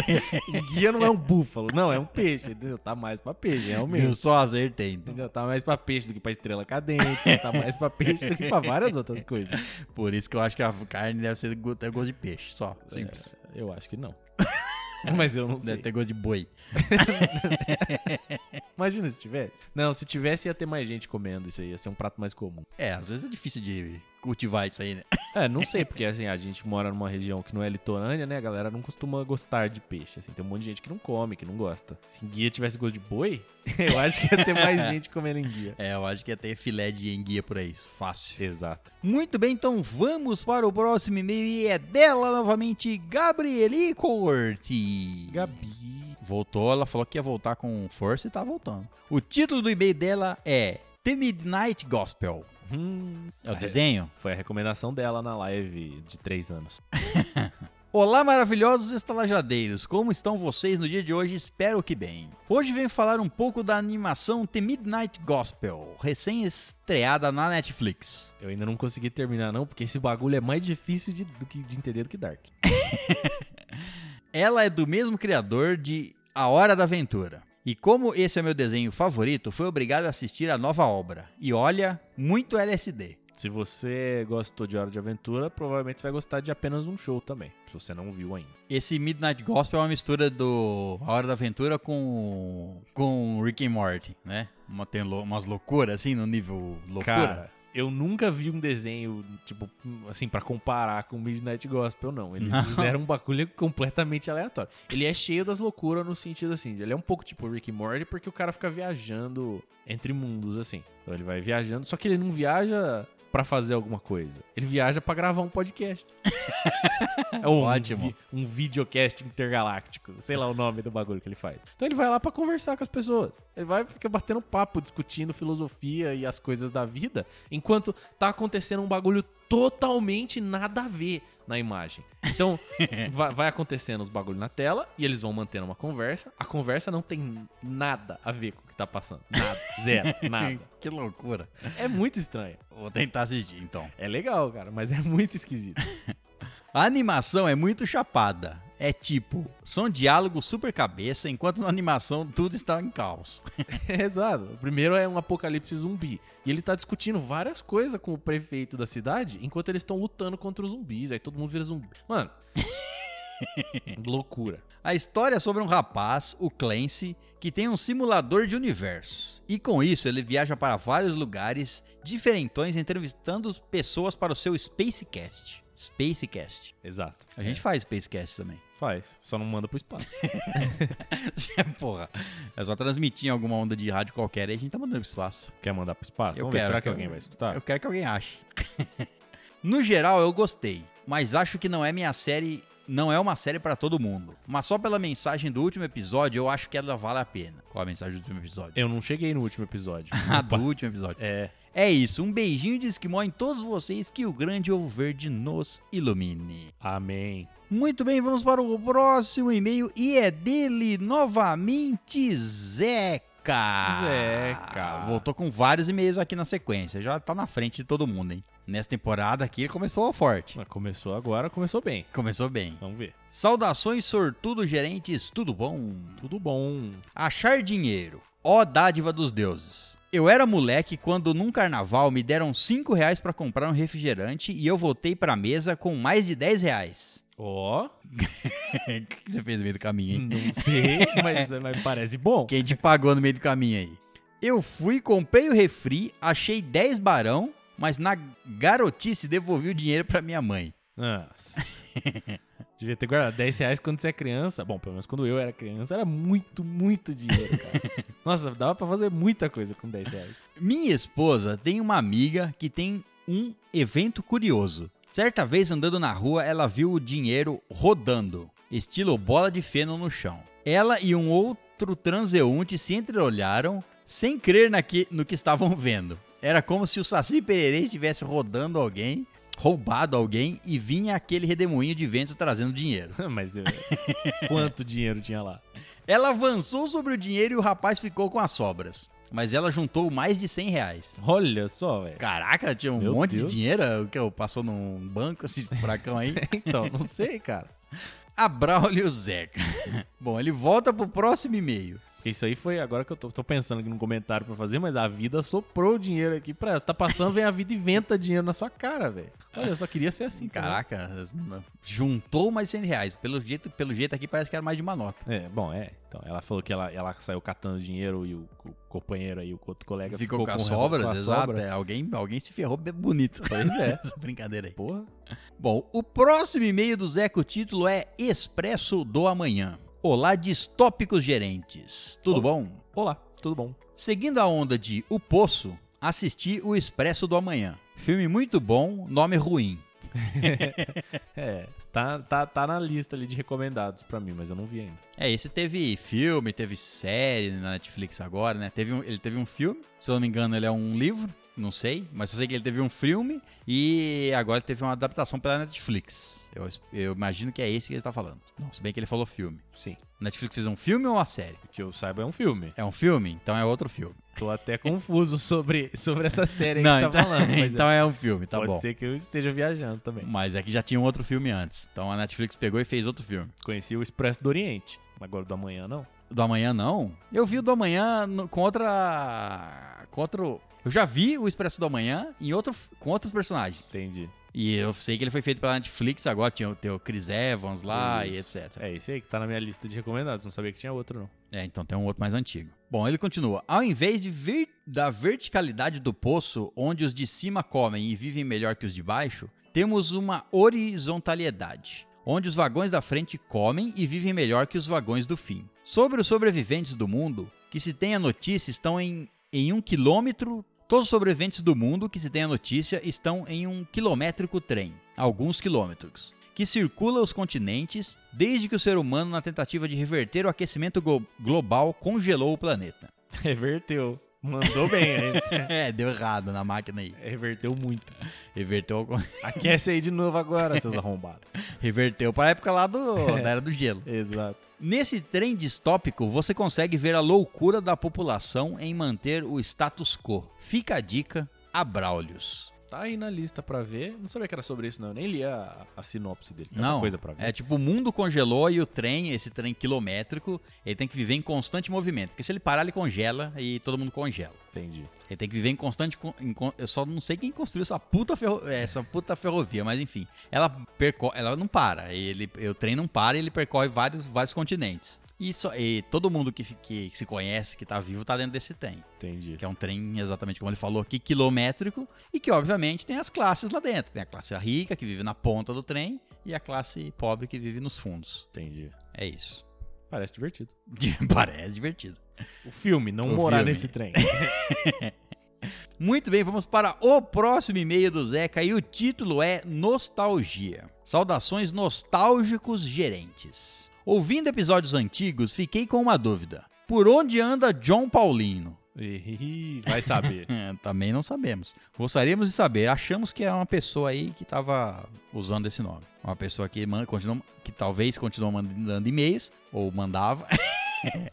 [SPEAKER 2] enguia não é um búfalo, não, é um peixe. Entendeu? Tá mais pra peixe, realmente.
[SPEAKER 1] Eu só acertei, então.
[SPEAKER 2] Entendeu? Tá mais pra peixe do que pra estrela cadente, tá mais pra peixe do que pra várias outras coisas.
[SPEAKER 1] Por isso que eu acho que a carne deve ser go- ter gosto de peixe, só. Simples.
[SPEAKER 2] Eu acho que não. Mas eu É, não
[SPEAKER 1] Deve
[SPEAKER 2] sei.
[SPEAKER 1] ter gosto de boi.
[SPEAKER 2] Imagina se tivesse. Não, se tivesse ia ter mais gente comendo isso aí, ia ser um prato mais comum.
[SPEAKER 1] É, às vezes é difícil de cultivar isso aí, né?
[SPEAKER 2] É, não sei, porque assim, a gente mora numa região que não é litorânea, né? A galera não costuma gostar de peixe, assim. Tem um monte de gente que não come, que não gosta. Se enguia tivesse gosto de boi, eu acho que ia ter mais gente comendo enguia.
[SPEAKER 1] É, eu acho que ia ter filé de enguia por aí. Fácil.
[SPEAKER 2] Exato.
[SPEAKER 1] Muito bem, então vamos para o próximo e-mail e é dela novamente, Gabrieli Corti.
[SPEAKER 2] Gabi.
[SPEAKER 1] Voltou, ela falou que ia voltar com força e tá voltando. O título do e-mail dela é The Midnight Gospel.
[SPEAKER 2] Hum,
[SPEAKER 1] É o
[SPEAKER 2] Ah,
[SPEAKER 1] desenho?
[SPEAKER 2] Foi a recomendação dela na live de três anos.
[SPEAKER 1] Olá, maravilhosos estalajadeiros! Como estão vocês no dia de hoje? Espero que bem. Hoje venho falar um pouco da animação The Midnight Gospel, recém-estreada na Netflix.
[SPEAKER 2] Eu ainda não consegui terminar, não, porque esse bagulho é mais difícil de, do que, de entender do que Dark.
[SPEAKER 1] Ela é do mesmo criador de A Hora da Aventura. E como esse é meu desenho favorito, fui obrigado a assistir a nova obra. E olha, muito LSD.
[SPEAKER 2] Se você gostou de Hora de Aventura, provavelmente você vai gostar de apenas um show também, se você não viu ainda.
[SPEAKER 1] Esse Midnight Gospel é uma mistura do A Hora da Aventura com com Rick and Morty, né? Uma, tem lou- umas loucuras assim no nível loucura.
[SPEAKER 2] Cara, eu nunca vi um desenho, tipo, assim, pra comparar com Midnight Gospel, não. Eles fizeram um bagulho completamente aleatório. Ele é cheio das loucuras no sentido, assim, ele é um pouco tipo Rick and Morty, porque o cara fica viajando entre mundos, assim. Então ele vai viajando, só que ele não viaja pra fazer alguma coisa. Ele viaja pra gravar um podcast. é um,
[SPEAKER 1] Ótimo.
[SPEAKER 2] vi- um videocast intergaláctico, sei lá o nome do bagulho que ele faz. Então ele vai lá pra conversar com as pessoas. Ele vai ficar batendo papo, discutindo filosofia e as coisas da vida, enquanto tá acontecendo um bagulho totalmente nada a ver na imagem. Então, vai, vai acontecendo os bagulhos na tela e eles vão mantendo uma conversa. A conversa não tem nada a ver com o que tá passando. Nada. Zero. Nada.
[SPEAKER 1] que loucura.
[SPEAKER 2] É muito estranho.
[SPEAKER 1] Vou tentar assistir, então.
[SPEAKER 2] É legal, cara, mas é muito esquisito.
[SPEAKER 1] A animação é muito chapada. É tipo, são diálogos super cabeça, enquanto na animação tudo está em caos.
[SPEAKER 2] É, Exato. O primeiro é um apocalipse zumbi. E ele tá discutindo várias coisas com o prefeito da cidade enquanto eles estão lutando contra os zumbis. Aí todo mundo vira zumbi. Mano. loucura.
[SPEAKER 1] A história é sobre um rapaz, o Clancy, que tem um simulador de universo. E com isso ele viaja para vários lugares diferentões entrevistando pessoas para o seu Spacecast. Spacecast.
[SPEAKER 2] Exato. É.
[SPEAKER 1] A gente faz Spacecast também.
[SPEAKER 2] faz, só não manda pro espaço.
[SPEAKER 1] Porra, é só transmitir em alguma onda de rádio qualquer e a gente tá mandando pro espaço.
[SPEAKER 2] Quer mandar pro espaço?
[SPEAKER 1] Eu
[SPEAKER 2] Vamos ver,
[SPEAKER 1] quero,
[SPEAKER 2] será que
[SPEAKER 1] eu-
[SPEAKER 2] alguém vai escutar?
[SPEAKER 1] Eu quero que alguém ache. no geral, eu gostei, mas acho que não é minha série, não é uma série pra todo mundo. Mas só pela mensagem do último episódio, eu acho que ela vale a pena. Qual a mensagem do último episódio?
[SPEAKER 2] Eu não cheguei no último episódio.
[SPEAKER 1] Ah, do último episódio.
[SPEAKER 2] É,
[SPEAKER 1] É isso, um beijinho de esquimó em todos vocês, que o grande ovo verde nos ilumine.
[SPEAKER 2] amém.
[SPEAKER 1] Muito bem, vamos para o próximo e-mail e é dele novamente, Zeca.
[SPEAKER 2] Zeca.
[SPEAKER 1] Voltou com vários e-mails aqui na sequência, já tá na frente de todo mundo, hein? Nessa temporada aqui ele começou forte.
[SPEAKER 2] Mas Começou agora, começou bem.
[SPEAKER 1] Começou bem.
[SPEAKER 2] Vamos ver.
[SPEAKER 1] Saudações, sortudo gerentes, tudo bom?
[SPEAKER 2] Tudo bom.
[SPEAKER 1] Achar dinheiro, ó dádiva dos deuses. Eu era moleque quando num carnaval me deram 5 reais pra comprar um refrigerante e eu voltei pra mesa com mais de 10 reais.
[SPEAKER 2] Ó,
[SPEAKER 1] O que você fez no meio do caminho, hein?
[SPEAKER 2] não sei, mas, mas parece bom.
[SPEAKER 1] Quem te pagou no meio do caminho aí? Eu fui, comprei o refri, achei 10 barão, mas na garotice devolvi o dinheiro pra minha mãe.
[SPEAKER 2] Nossa. Devia ter guardado 10 reais quando você é criança. Bom, pelo menos quando eu era criança, era muito, muito dinheiro, cara. Nossa, dava pra fazer muita coisa com 10 reais.
[SPEAKER 1] Minha esposa tem uma amiga que tem um evento curioso. Certa vez andando na rua, ela viu o dinheiro rodando, estilo bola de feno no chão. Ela e um outro transeunte se entreolharam sem crer naque- no que estavam vendo. Era como se o Saci Pererê estivesse rodando alguém, roubado alguém e vinha aquele redemoinho de vento trazendo dinheiro.
[SPEAKER 2] Mas eu- quanto dinheiro tinha lá?
[SPEAKER 1] Ela avançou sobre o dinheiro e o rapaz ficou com as sobras. Mas ela juntou mais de 100 reais.
[SPEAKER 2] Olha só, velho.
[SPEAKER 1] Caraca, tinha um
[SPEAKER 2] Meu
[SPEAKER 1] monte
[SPEAKER 2] Deus.
[SPEAKER 1] de dinheiro o que eu passou num banco, esse furacão aí.
[SPEAKER 2] Então, não sei, cara.
[SPEAKER 1] A Braulio Zeca. Bom, ele volta pro próximo e-mail.
[SPEAKER 2] Porque isso aí foi agora que eu tô, tô pensando aqui num comentário pra fazer, mas a vida soprou o dinheiro aqui pra ela. Você tá passando, vem a vida e inventa dinheiro na sua cara, velho. Olha, eu só queria ser assim, cara.
[SPEAKER 1] Caraca, juntou mais 100 reais. Pelo jeito, pelo jeito aqui parece que era mais de uma nota.
[SPEAKER 2] É, bom, é. Então, ela falou que ela, ela saiu catando dinheiro e o, o companheiro aí, o outro colega
[SPEAKER 1] Ficou, com as
[SPEAKER 2] o revólver-
[SPEAKER 1] sobras,
[SPEAKER 2] com a
[SPEAKER 1] exato.
[SPEAKER 2] sobra.
[SPEAKER 1] é, alguém, alguém se ferrou bem bonito.
[SPEAKER 2] Pois é.
[SPEAKER 1] Essa brincadeira aí.
[SPEAKER 2] Porra.
[SPEAKER 1] Bom, o próximo e-mail do Zeca, o título é Expresso do Amanhã. Olá, distópicos gerentes. Tudo
[SPEAKER 2] Olá.
[SPEAKER 1] bom?
[SPEAKER 2] Olá, tudo bom?
[SPEAKER 1] Seguindo a onda de O Poço, assisti O Expresso do Amanhã. Filme muito bom, nome ruim.
[SPEAKER 2] É, tá, tá, tá na lista ali de recomendados pra mim, mas eu não vi ainda.
[SPEAKER 1] É, esse teve filme, teve série na Netflix agora, né? Teve um- ele teve um filme, se eu não me engano, ele é um livro, não sei, mas eu sei que ele teve um filme e agora ele teve uma adaptação pela Netflix. Eu, eu imagino que é esse que ele tá falando. Não, se bem que ele falou filme.
[SPEAKER 2] Sim.
[SPEAKER 1] Netflix fez um filme ou uma série?
[SPEAKER 2] O que eu saiba é um filme.
[SPEAKER 1] É um filme? Então é outro filme.
[SPEAKER 2] Tô até confuso sobre, sobre essa série aí que você
[SPEAKER 1] então,
[SPEAKER 2] tá falando. mas
[SPEAKER 1] então é um filme, tá
[SPEAKER 2] pode
[SPEAKER 1] bom.
[SPEAKER 2] ser que eu esteja viajando também.
[SPEAKER 1] Mas é que já tinha um outro filme antes. Então a Netflix pegou e fez outro filme.
[SPEAKER 2] Conheci o Expresso do Oriente. Agora o do amanhã, não?
[SPEAKER 1] Do amanhã não? Eu vi o do amanhã no- com outra. Com outro. Eu já vi o Expresso do Amanhã em outro, com outros personagens.
[SPEAKER 2] Entendi.
[SPEAKER 1] E eu sei que ele foi feito pela Netflix agora, tinha o, tem o Chris Evans lá
[SPEAKER 2] Isso.
[SPEAKER 1] e etc.
[SPEAKER 2] É esse aí que tá na minha lista de recomendados. Não sabia que tinha outro, não.
[SPEAKER 1] É, então tem um outro mais antigo. Bom, ele continua. Ao invés de vir da verticalidade do poço, onde os de cima comem e vivem melhor que os de baixo, temos uma horizontalidade, onde os vagões da frente comem e vivem melhor que os vagões do fim. Sobre os sobreviventes do mundo, que se tem a notícia estão em, em um quilômetro. Todos os sobreviventes do mundo que se tem a notícia estão em um quilométrico trem, alguns quilômetros que circula os continentes desde que o ser humano, na tentativa de reverter o aquecimento go- global, congelou o planeta.
[SPEAKER 2] Reverteu. Mandou bem aí.
[SPEAKER 1] é, deu errado na máquina aí.
[SPEAKER 2] Reverteu muito.
[SPEAKER 1] Reverteu, ao con-
[SPEAKER 2] Aquece aí de novo agora, seus arrombados.
[SPEAKER 1] reverteu para a época lá do, da Era do Gelo.
[SPEAKER 2] Exato.
[SPEAKER 1] Nesse trem distópico, você consegue ver a loucura da população em manter o status quo. Fica a dica, Abraulios.
[SPEAKER 2] Tá aí na lista pra ver. Não sabia que era sobre isso, não. Eu nem li a, a sinopse dele. Tem
[SPEAKER 1] Não,
[SPEAKER 2] coisa pra ver.
[SPEAKER 1] é tipo, o mundo congelou e o trem, esse trem quilométrico, ele tem que viver em constante movimento. Porque se ele parar, ele congela e todo mundo congela.
[SPEAKER 2] Entendi.
[SPEAKER 1] Ele tem que viver em constante. con- em con- eu só não sei quem construiu essa puta, ferro- é, essa puta ferrovia, mas enfim. Ela, perco, ela não para. Ele, o trem não para e ele percorre vários, vários continentes. E, só- e todo mundo que, fi- que se conhece, que tá vivo, tá dentro desse trem.
[SPEAKER 2] Entendi.
[SPEAKER 1] Que é um trem, exatamente como ele falou aqui, quilométrico. E que, obviamente, tem as classes lá dentro. Tem a classe rica, que vive na ponta do trem, e a classe pobre, que vive nos fundos.
[SPEAKER 2] Entendi.
[SPEAKER 1] É isso.
[SPEAKER 2] Parece divertido.
[SPEAKER 1] Parece divertido.
[SPEAKER 2] O filme, não
[SPEAKER 1] O
[SPEAKER 2] morar
[SPEAKER 1] filme.
[SPEAKER 2] nesse trem.
[SPEAKER 1] Muito bem, vamos para o próximo e-mail do Zeca e o título é Nostalgia. Saudações nostálgicos gerentes. Ouvindo episódios antigos, fiquei com uma dúvida. Por onde anda John Paulino?
[SPEAKER 2] Ih, Vai saber.
[SPEAKER 1] É, Também não sabemos. Gostaríamos de saber. Achamos que é uma pessoa aí que estava usando esse nome. Uma pessoa que, man- continua, que talvez continua mandando e-mails, ou mandava.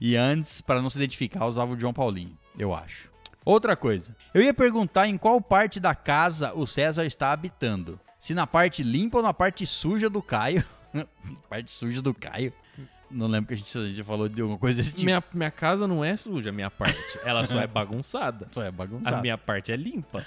[SPEAKER 1] e antes, para não se identificar, usava o João Paulinho, eu acho. Outra coisa. Eu ia perguntar em qual parte da casa o César está habitando. Se na parte limpa ou na parte suja do Caio. parte suja do Caio? Não lembro que a gente, a gente falou de alguma coisa desse tipo.
[SPEAKER 2] minha, minha casa não é suja, minha parte. Ela só é bagunçada.
[SPEAKER 1] Só é bagunçado.
[SPEAKER 2] A minha parte é limpa.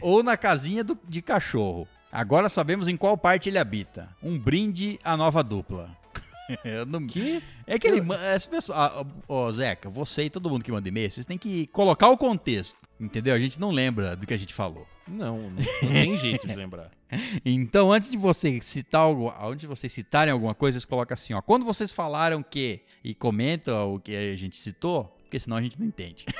[SPEAKER 1] ou na casinha do- de cachorro. Agora sabemos em qual parte ele habita. Um brinde à nova dupla. Eu não-
[SPEAKER 2] Que?
[SPEAKER 1] É que ele. ma- Essa pessoa, ah, ó, ó, Zeca, você e todo mundo que manda e-mail, vocês têm que colocar o contexto. Entendeu? A gente não lembra do que a gente falou.
[SPEAKER 2] Não, não, não tem jeito de lembrar.
[SPEAKER 1] Então, antes de você citar algo, antes de vocês citarem alguma coisa, vocês colocam assim, ó. Quando vocês falaram que e comentam o que a gente citou, porque senão a gente não entende.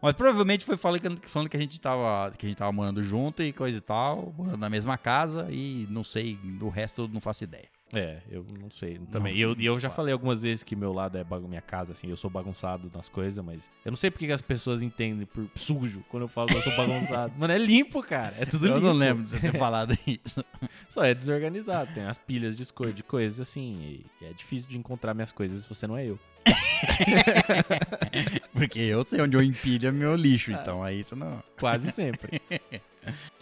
[SPEAKER 1] Mas provavelmente foi falando, que- falando que a gente tava que a gente tava morando junto e coisa e tal, morando na mesma casa e não sei, do resto eu não faço ideia.
[SPEAKER 2] É, eu não sei também. E eu, e eu já falei algumas vezes que meu lado é bagun minha casa, assim, eu sou bagunçado nas coisas, mas eu não sei porque que as pessoas entendem por sujo quando eu falo que eu sou bagunçado. Mano, é limpo, cara. É tudo
[SPEAKER 1] eu
[SPEAKER 2] limpo.
[SPEAKER 1] não lembro de você ter falado isso.
[SPEAKER 2] Só é desorganizado. Tem as pilhas de escolha de coisas assim. E é difícil de encontrar minhas coisas se você não é eu.
[SPEAKER 1] Porque eu sei onde eu empilho meu lixo, então aí isso não.
[SPEAKER 2] Quase sempre.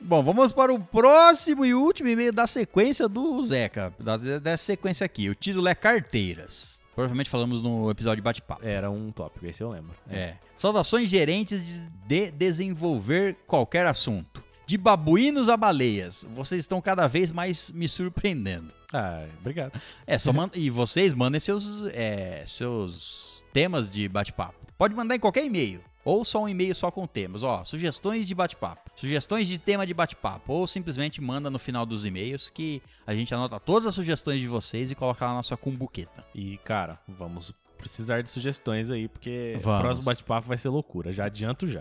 [SPEAKER 1] Bom, vamos para o próximo e último e-mail da sequência do Zeca, da- dessa sequência aqui. O título é Carteiras. Provavelmente falamos no episódio de bate-papo.
[SPEAKER 2] Era um tópico, esse eu lembro.
[SPEAKER 1] É. Saudações gerentes de, de desenvolver qualquer assunto. De babuínos a baleias, vocês estão cada vez mais me surpreendendo.
[SPEAKER 2] Ah, obrigado.
[SPEAKER 1] É, só manda, e vocês mandem seus, é, seus temas de bate-papo. Pode mandar em qualquer e-mail. Ou só um e-mail só com temas. Ó, sugestões de bate-papo. Sugestões de tema de bate-papo. Ou simplesmente manda no final dos e-mails que a gente anota todas as sugestões de vocês e coloca lá na sua cumbuqueta.
[SPEAKER 2] E, cara, vamos precisar de sugestões aí, porque
[SPEAKER 1] Vamos.
[SPEAKER 2] o próximo bate-papo vai ser loucura. Já adianto já.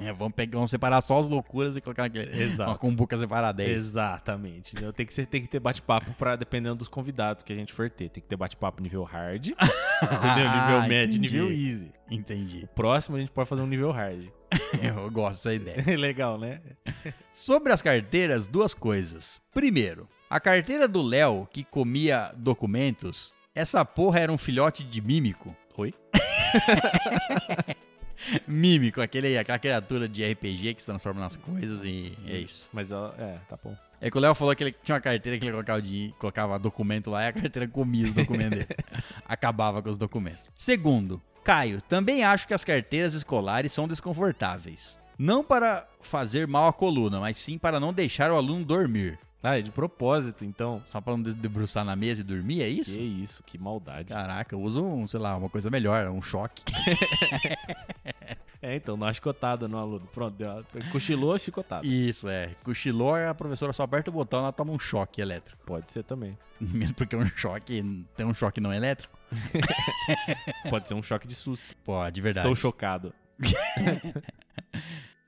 [SPEAKER 1] É, vamos, pegar, vamos separar só as loucuras e colocar aquele,
[SPEAKER 2] Exato.
[SPEAKER 1] uma cumbuca separada. É isso.
[SPEAKER 2] Exatamente. Então, tem, que ser- tem que ter bate-papo pra, dependendo dos convidados que a gente for ter. Tem que ter bate-papo nível hard, entendeu? Nível
[SPEAKER 1] Ah,
[SPEAKER 2] médio,
[SPEAKER 1] entendi.
[SPEAKER 2] nível easy.
[SPEAKER 1] Entendi.
[SPEAKER 2] Próximo a gente pode fazer um nível hard.
[SPEAKER 1] Eu gosto dessa ideia.
[SPEAKER 2] Legal, né?
[SPEAKER 1] Sobre as carteiras, duas coisas. Primeiro, a carteira do Léo, que comia documentos, essa porra era um filhote de mímico.
[SPEAKER 2] Oi?
[SPEAKER 1] Mímico, aquele, aquela criatura de RPG que se transforma nas coisas e é isso.
[SPEAKER 2] Mas ela, é, tá bom.
[SPEAKER 1] É que o Léo falou que ele tinha uma carteira que ele colocava, de, colocava documento lá e a carteira comia os documentos dele. Acabava com os documentos. Segundo, Caio, também acho que as carteiras escolares são desconfortáveis. Não para fazer mal à coluna, mas sim para não deixar o aluno dormir.
[SPEAKER 2] Ah, é de propósito, então.
[SPEAKER 1] Só para não des- debruçar na mesa e dormir, é
[SPEAKER 2] Que
[SPEAKER 1] isso?
[SPEAKER 2] isso, que maldade.
[SPEAKER 1] Caraca, usa um, sei lá, uma coisa melhor, um choque.
[SPEAKER 2] É, então, não chicotada no aluno. Pronto, deu uma... cochilou, chicotada.
[SPEAKER 1] Isso, é. Cochilou, a professora só aperta o botão e ela toma um choque elétrico.
[SPEAKER 2] Pode ser também.
[SPEAKER 1] Mesmo porque é um choque, tem um choque não elétrico.
[SPEAKER 2] Pode ser um choque de susto.
[SPEAKER 1] Pô, de verdade.
[SPEAKER 2] Estou chocado.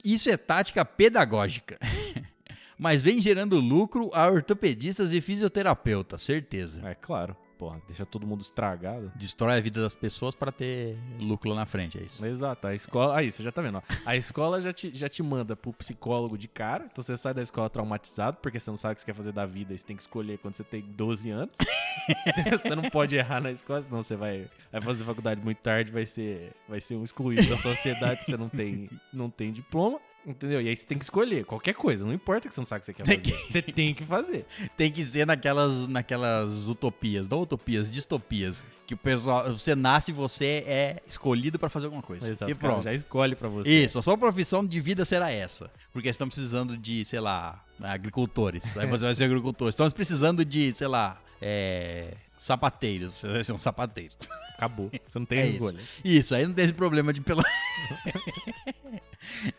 [SPEAKER 1] Isso é tática pedagógica. Mas vem gerando lucro a ortopedistas e fisioterapeutas, certeza.
[SPEAKER 2] É claro. Porra, deixa todo mundo estragado.
[SPEAKER 1] Destrói a vida das pessoas para ter lucro lá na frente, é isso.
[SPEAKER 2] Exato, a escola. Aí, você já tá vendo, ó. A escola já te, já te manda pro psicólogo de cara. Então você sai da escola traumatizado, porque você não sabe o que você quer fazer da vida e você tem que escolher quando você tem 12 anos. você não pode errar na escola, senão você vai, vai fazer faculdade muito tarde, vai ser, vai ser um excluído da sociedade, porque você não tem, não tem diploma. Entendeu? E aí você tem que escolher qualquer coisa, não importa que você não sabe o que você quer
[SPEAKER 1] Tem
[SPEAKER 2] fazer. Você tem que fazer.
[SPEAKER 1] Tem que ser naquelas, naquelas utopias, não utopias, distopias, que o pessoal, você nasce e você é escolhido para fazer alguma coisa.
[SPEAKER 2] Exato,
[SPEAKER 1] e
[SPEAKER 2] os caras
[SPEAKER 1] pronto.
[SPEAKER 2] já escolhe pra você.
[SPEAKER 1] Isso, a sua profissão de vida será essa. Porque estamos precisando de, sei lá, agricultores. Aí você vai ser agricultor. Estamos precisando de, sei lá, é, sapateiros. Você vai ser um sapateiro.
[SPEAKER 2] Acabou. Você não tem
[SPEAKER 1] É isso.
[SPEAKER 2] escolha.
[SPEAKER 1] Isso, aí não tem esse problema de pela.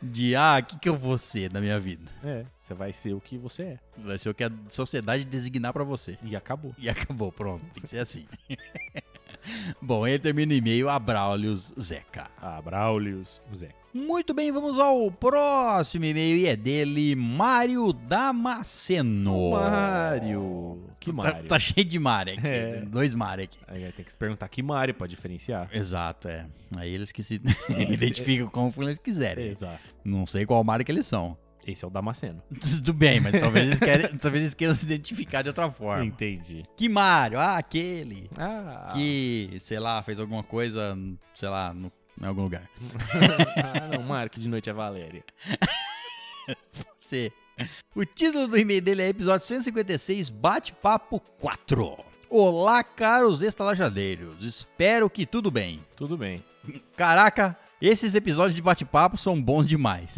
[SPEAKER 1] de, ah, o que, que eu vou ser na minha vida?
[SPEAKER 2] É, você vai ser o que você é.
[SPEAKER 1] Vai ser o que a sociedade designar pra você.
[SPEAKER 2] E acabou.
[SPEAKER 1] E acabou, pronto, tem que ser assim. Bom, ele termina o e-mail a Braulius Zeca.
[SPEAKER 2] Ah, Braulius, Zé.
[SPEAKER 1] Muito bem, vamos ao próximo e-mail e é dele, Mário Damasceno.
[SPEAKER 2] Mário. Que
[SPEAKER 1] Tá-
[SPEAKER 2] Mário?
[SPEAKER 1] Tá, cheio de Mário aqui,
[SPEAKER 2] É.
[SPEAKER 1] tem dois Mário aqui.
[SPEAKER 2] Aí tem que se perguntar que Mário pra diferenciar.
[SPEAKER 1] Exato, é. Aí eles que se identificam como eles quiserem.
[SPEAKER 2] Exato.
[SPEAKER 1] Não sei qual Mário que eles são.
[SPEAKER 2] Esse é o Damasceno.
[SPEAKER 1] Tudo bem, mas talvez eles, querem- talvez eles queiram se identificar de outra forma.
[SPEAKER 2] Entendi.
[SPEAKER 1] Que Mário? Ah, aquele.
[SPEAKER 2] Ah,
[SPEAKER 1] que, sei lá, fez alguma coisa, sei lá, no, em algum lugar.
[SPEAKER 2] ah, não, Mário, que de noite é Valéria.
[SPEAKER 1] C. O título do e-mail dele é episódio 156, Bate-Papo 4. Olá, caros estalajadeiros. Espero que tudo bem.
[SPEAKER 2] Tudo bem.
[SPEAKER 1] Caraca, esses episódios de bate-papo são bons demais.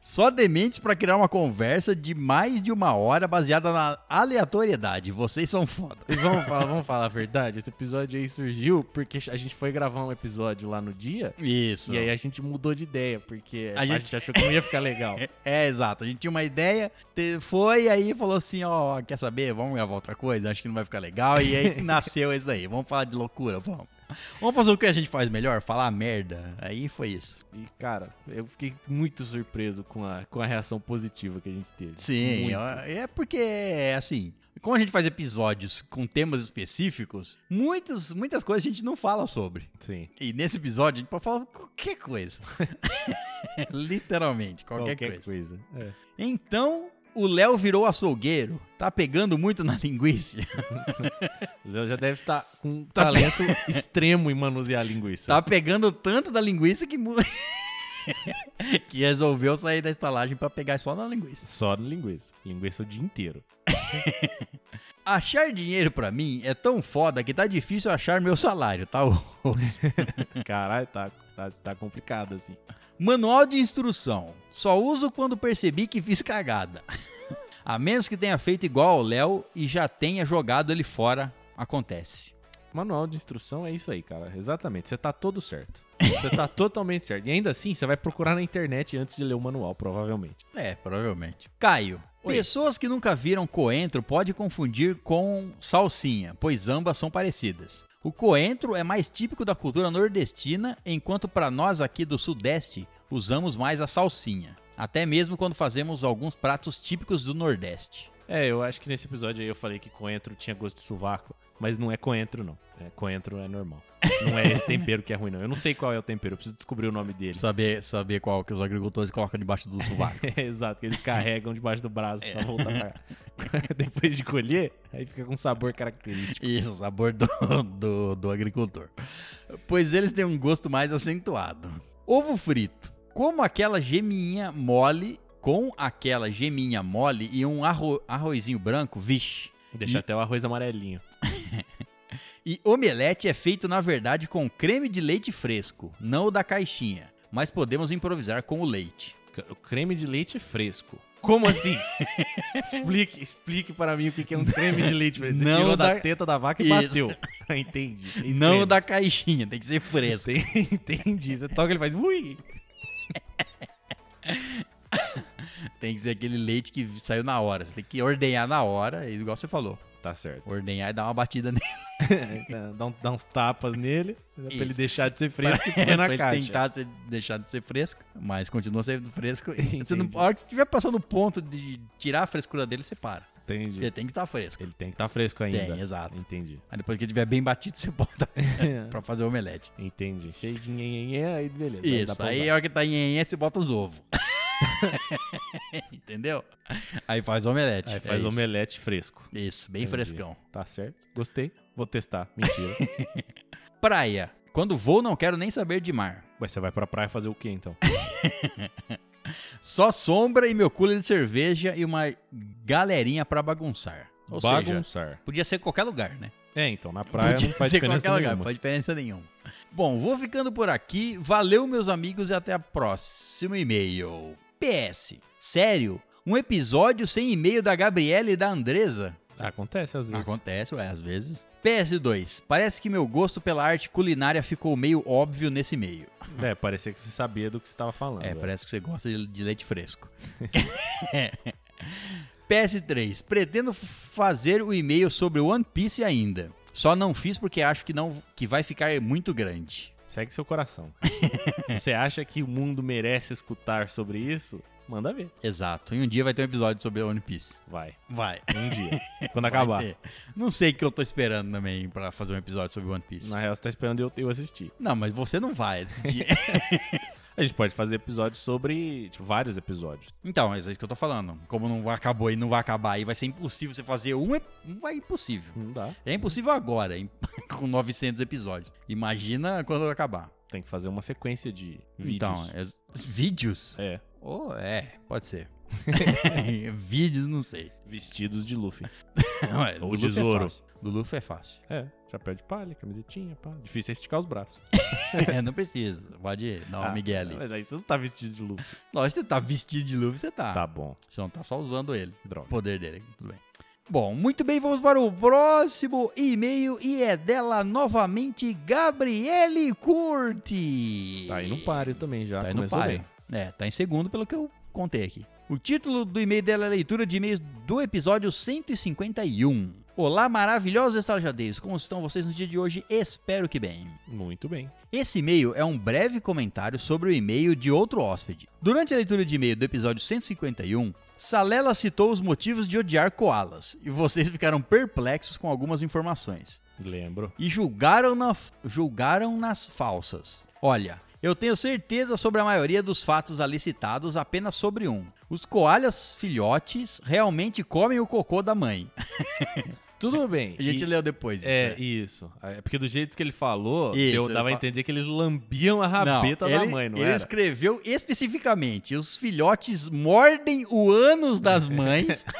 [SPEAKER 1] Só dementes pra criar uma conversa de mais de uma hora baseada na aleatoriedade. Vocês são foda.
[SPEAKER 2] E vamos falar, vamos falar a verdade. Esse episódio aí surgiu porque a gente foi gravar um episódio lá no dia.
[SPEAKER 1] Isso.
[SPEAKER 2] E aí a gente mudou de ideia, porque
[SPEAKER 1] A
[SPEAKER 2] a,
[SPEAKER 1] gente-
[SPEAKER 2] gente... achou que não ia ficar legal.
[SPEAKER 1] É, exato. A gente tinha uma ideia, te- foi, aí falou assim, ó, quer saber? Vamos gravar outra coisa? Acho que não vai ficar legal. E aí nasceu isso daí. Vamos falar de loucura, vamos. Vamos fazer o que a gente faz melhor? Falar merda. Aí foi isso.
[SPEAKER 2] E, cara, eu fiquei muito surpreso com a, com a reação positiva que a gente teve.
[SPEAKER 1] Sim,
[SPEAKER 2] Muito.
[SPEAKER 1] ó, é porque, é assim, como a gente faz episódios com temas específicos, muitas, muitas coisas a gente não fala sobre.
[SPEAKER 2] Sim.
[SPEAKER 1] E nesse episódio a gente pode falar qualquer coisa. Literalmente, qualquer, coisa.
[SPEAKER 2] coisa. É.
[SPEAKER 1] Então, o Léo virou açougueiro. Tá pegando muito na linguiça.
[SPEAKER 2] O Léo já deve estar com um
[SPEAKER 1] Tá pe-
[SPEAKER 2] talento extremo em manusear a linguiça.
[SPEAKER 1] Tá pegando tanto da linguiça que mu- que resolveu sair da estalagem pra pegar só na linguiça.
[SPEAKER 2] Só no linguiça. Linguiça o dia inteiro.
[SPEAKER 1] Achar dinheiro pra mim é tão foda que tá difícil achar meu salário, tá? Osso?
[SPEAKER 2] Caralho, tá, tá, tá complicado assim.
[SPEAKER 1] Manual de instrução. Só uso quando percebi que fiz cagada. A menos que tenha feito igual ao Léo e já tenha jogado ele fora, acontece.
[SPEAKER 2] Manual de instrução é isso aí, cara. Exatamente. Você tá todo certo. Você tá totalmente certo. E ainda assim, você vai procurar na internet antes de ler o manual, provavelmente.
[SPEAKER 1] É, provavelmente. Caio.
[SPEAKER 2] Oi.
[SPEAKER 1] Pessoas que nunca viram coentro pode confundir com salsinha, pois ambas são parecidas. O coentro é mais típico da cultura nordestina, enquanto para nós aqui do sudeste usamos mais a salsinha, até mesmo quando fazemos alguns pratos típicos do nordeste.
[SPEAKER 2] É, eu acho que nesse episódio aí eu falei que coentro tinha gosto de sovaco, mas não é coentro, não. É, coentro é normal. Não é esse tempero que é ruim, não. Eu não sei qual é o tempero, eu preciso descobrir o nome dele.
[SPEAKER 1] Saber, saber qual que os agricultores colocam debaixo do sovaco.
[SPEAKER 2] É, Exato, que eles carregam debaixo do braço pra voltar pra... Depois de colher, aí fica com um sabor característico.
[SPEAKER 1] Isso, o sabor do, do, do agricultor. Pois eles têm um gosto mais acentuado. Ovo frito. Como aquela geminha mole, com aquela geminha mole e um arro, arrozinho branco, vixe.
[SPEAKER 2] Deixa até o arroz amarelinho.
[SPEAKER 1] E omelete é feito, na verdade, com creme de leite fresco, não o da caixinha. mas podemos improvisar com o leite.
[SPEAKER 2] C- O creme de leite fresco. Como assim? explique, explique para mim o que que é um creme de leite fresco. Você
[SPEAKER 1] Não
[SPEAKER 2] tirou da...
[SPEAKER 1] da-
[SPEAKER 2] teta da vaca e
[SPEAKER 1] Isso.
[SPEAKER 2] bateu. Ah, Entendi. Fez
[SPEAKER 1] Não
[SPEAKER 2] creme.
[SPEAKER 1] da caixinha, tem que ser fresco.
[SPEAKER 2] Tem- Entendi. Você toca, ele faz ui.
[SPEAKER 1] Tem que ser aquele leite que saiu na hora. Você tem que ordenhar na hora, é igual você falou.
[SPEAKER 2] Tá certo.
[SPEAKER 1] Ordenhar e dar uma batida nele.
[SPEAKER 2] Tá, dá, um- dá uns tapas nele pra
[SPEAKER 1] Isso.
[SPEAKER 2] ele deixar de ser fresco e pôr
[SPEAKER 1] pra
[SPEAKER 2] na
[SPEAKER 1] ele
[SPEAKER 2] caixa.
[SPEAKER 1] tentar ser- deixar de ser fresco, mas continua sendo fresco. E Você não,
[SPEAKER 2] Entendi.
[SPEAKER 1] a hora que você estiver passando o ponto de tirar a frescura dele, você para.
[SPEAKER 2] Entendi.
[SPEAKER 1] Ele tem que estar fresco.
[SPEAKER 2] Ele tem que estar fresco ainda.
[SPEAKER 1] Tem, exato.
[SPEAKER 2] Entendi.
[SPEAKER 1] Aí depois que ele estiver bem batido, você bota
[SPEAKER 2] É.
[SPEAKER 1] pra fazer o omelete.
[SPEAKER 2] Entendi. Cheio de nhenhenhé, aí beleza. aí dá
[SPEAKER 1] Isso,
[SPEAKER 2] pra
[SPEAKER 1] aí
[SPEAKER 2] usar.
[SPEAKER 1] a hora que tá em nhenhé, você bota os ovos. Entendeu? Aí faz o omelete.
[SPEAKER 2] Aí
[SPEAKER 1] é
[SPEAKER 2] faz
[SPEAKER 1] isso.
[SPEAKER 2] omelete fresco.
[SPEAKER 1] Isso, bem
[SPEAKER 2] Entendi.
[SPEAKER 1] frescão.
[SPEAKER 2] Tá certo. Gostei. Vou testar. Mentira.
[SPEAKER 1] Praia. Quando vou, não quero nem saber de mar.
[SPEAKER 2] Ué, você vai pra praia fazer o quê, então?
[SPEAKER 1] Só sombra e meu cooler de cerveja e uma galerinha pra bagunçar. Ou seja,
[SPEAKER 2] Bagunçar.
[SPEAKER 1] podia ser qualquer lugar, né?
[SPEAKER 2] É, então, na praia
[SPEAKER 1] podia
[SPEAKER 2] não faz
[SPEAKER 1] ser
[SPEAKER 2] diferença
[SPEAKER 1] qualquer
[SPEAKER 2] nenhuma.
[SPEAKER 1] lugar, não faz diferença nenhuma. Bom, vou ficando por aqui. Valeu, meus amigos, e até a próxima e-mail. PS. Sério? Um episódio sem e-mail da Gabriela e da Andresa?
[SPEAKER 2] Acontece às vezes.
[SPEAKER 1] Acontece, ué, às vezes. PS2. Parece que meu gosto pela arte culinária ficou meio óbvio nesse e-mail.
[SPEAKER 2] É, parecia que você sabia do que você tava falando.
[SPEAKER 1] É,
[SPEAKER 2] velho.
[SPEAKER 1] parece que você gosta de, de leite fresco. PS3. Pretendo f- fazer o e-mail sobre One Piece ainda. Só não fiz porque acho que não que vai ficar muito grande.
[SPEAKER 2] Segue seu coração. Se você acha que o mundo merece escutar sobre isso, manda ver.
[SPEAKER 1] Exato. E um dia vai ter um episódio sobre One Piece.
[SPEAKER 2] Vai.
[SPEAKER 1] Vai.
[SPEAKER 2] Um dia. Quando acabar.
[SPEAKER 1] Vai ter. Não sei o que eu tô esperando também pra fazer um episódio sobre One Piece.
[SPEAKER 2] Na real, você tá esperando eu, eu assistir.
[SPEAKER 1] Não, mas você não vai assistir.
[SPEAKER 2] A gente pode fazer episódios sobre tipo, vários episódios.
[SPEAKER 1] então, é isso que eu tô falando. Como não acabou e não vai acabar e vai ser impossível você fazer um, ep- um vai impossível.
[SPEAKER 2] Não dá.
[SPEAKER 1] É impossível agora, em- com 900 episódios. Imagina quando acabar.
[SPEAKER 2] Tem que fazer uma sequência de vídeos.
[SPEAKER 1] Então, é- vídeos?
[SPEAKER 2] é.
[SPEAKER 1] Ou é, pode ser. vídeos, não sei.
[SPEAKER 2] Vestidos de Luffy.
[SPEAKER 1] Ué,
[SPEAKER 2] Ou
[SPEAKER 1] do Luffy é
[SPEAKER 2] tesouro.
[SPEAKER 1] fácil. Do Luffy é fácil.
[SPEAKER 2] É, chapéu de palha, camisetinha, pá. Difícil é esticar os braços.
[SPEAKER 1] É, não precisa. Pode dar uma
[SPEAKER 2] Ah,
[SPEAKER 1] migué ali.
[SPEAKER 2] Mas aí você não tá vestido de Luffy.
[SPEAKER 1] Lógico, você tá vestido de Luffy, você tá.
[SPEAKER 2] Tá bom,
[SPEAKER 1] Você não tá só usando ele. O
[SPEAKER 2] droga.
[SPEAKER 1] poder dele, tudo bem. Bom, muito bem, vamos para o próximo e-mail e é dela novamente Gabriele Curti.
[SPEAKER 2] Tá aí no páreo também já.
[SPEAKER 1] Tá aí no
[SPEAKER 2] começou
[SPEAKER 1] páreo.
[SPEAKER 2] bem.
[SPEAKER 1] É, tá em segundo pelo que eu contei aqui. O título do e-mail dela é a leitura de e-mails do episódio 151. Olá, maravilhosos estalajadeiros. Como estão vocês no dia de hoje? Espero que bem.
[SPEAKER 2] Muito bem.
[SPEAKER 1] Esse e-mail é um breve comentário sobre o e-mail de outro hóspede. Durante a leitura de e-mail do episódio 151, Salela citou os motivos de odiar koalas, e vocês ficaram perplexos com algumas informações.
[SPEAKER 2] Lembro.
[SPEAKER 1] E julgaram na, julgaram nas falsas. Olha, eu tenho certeza sobre a maioria dos fatos ali citados, apenas sobre um. Os coalhas filhotes realmente comem o cocô da mãe.
[SPEAKER 2] Tudo bem.
[SPEAKER 1] A gente
[SPEAKER 2] E-
[SPEAKER 1] leu depois isso.
[SPEAKER 2] É,
[SPEAKER 1] né?
[SPEAKER 2] isso. É porque do jeito que ele falou,
[SPEAKER 1] Isso,
[SPEAKER 2] eu
[SPEAKER 1] ele
[SPEAKER 2] dava a
[SPEAKER 1] fa-
[SPEAKER 2] entender que eles lambiam a
[SPEAKER 1] Não,
[SPEAKER 2] rabeta da
[SPEAKER 1] ele-
[SPEAKER 2] mãe, não
[SPEAKER 1] Ele
[SPEAKER 2] era?
[SPEAKER 1] escreveu especificamente: os filhotes mordem o ânus das mães.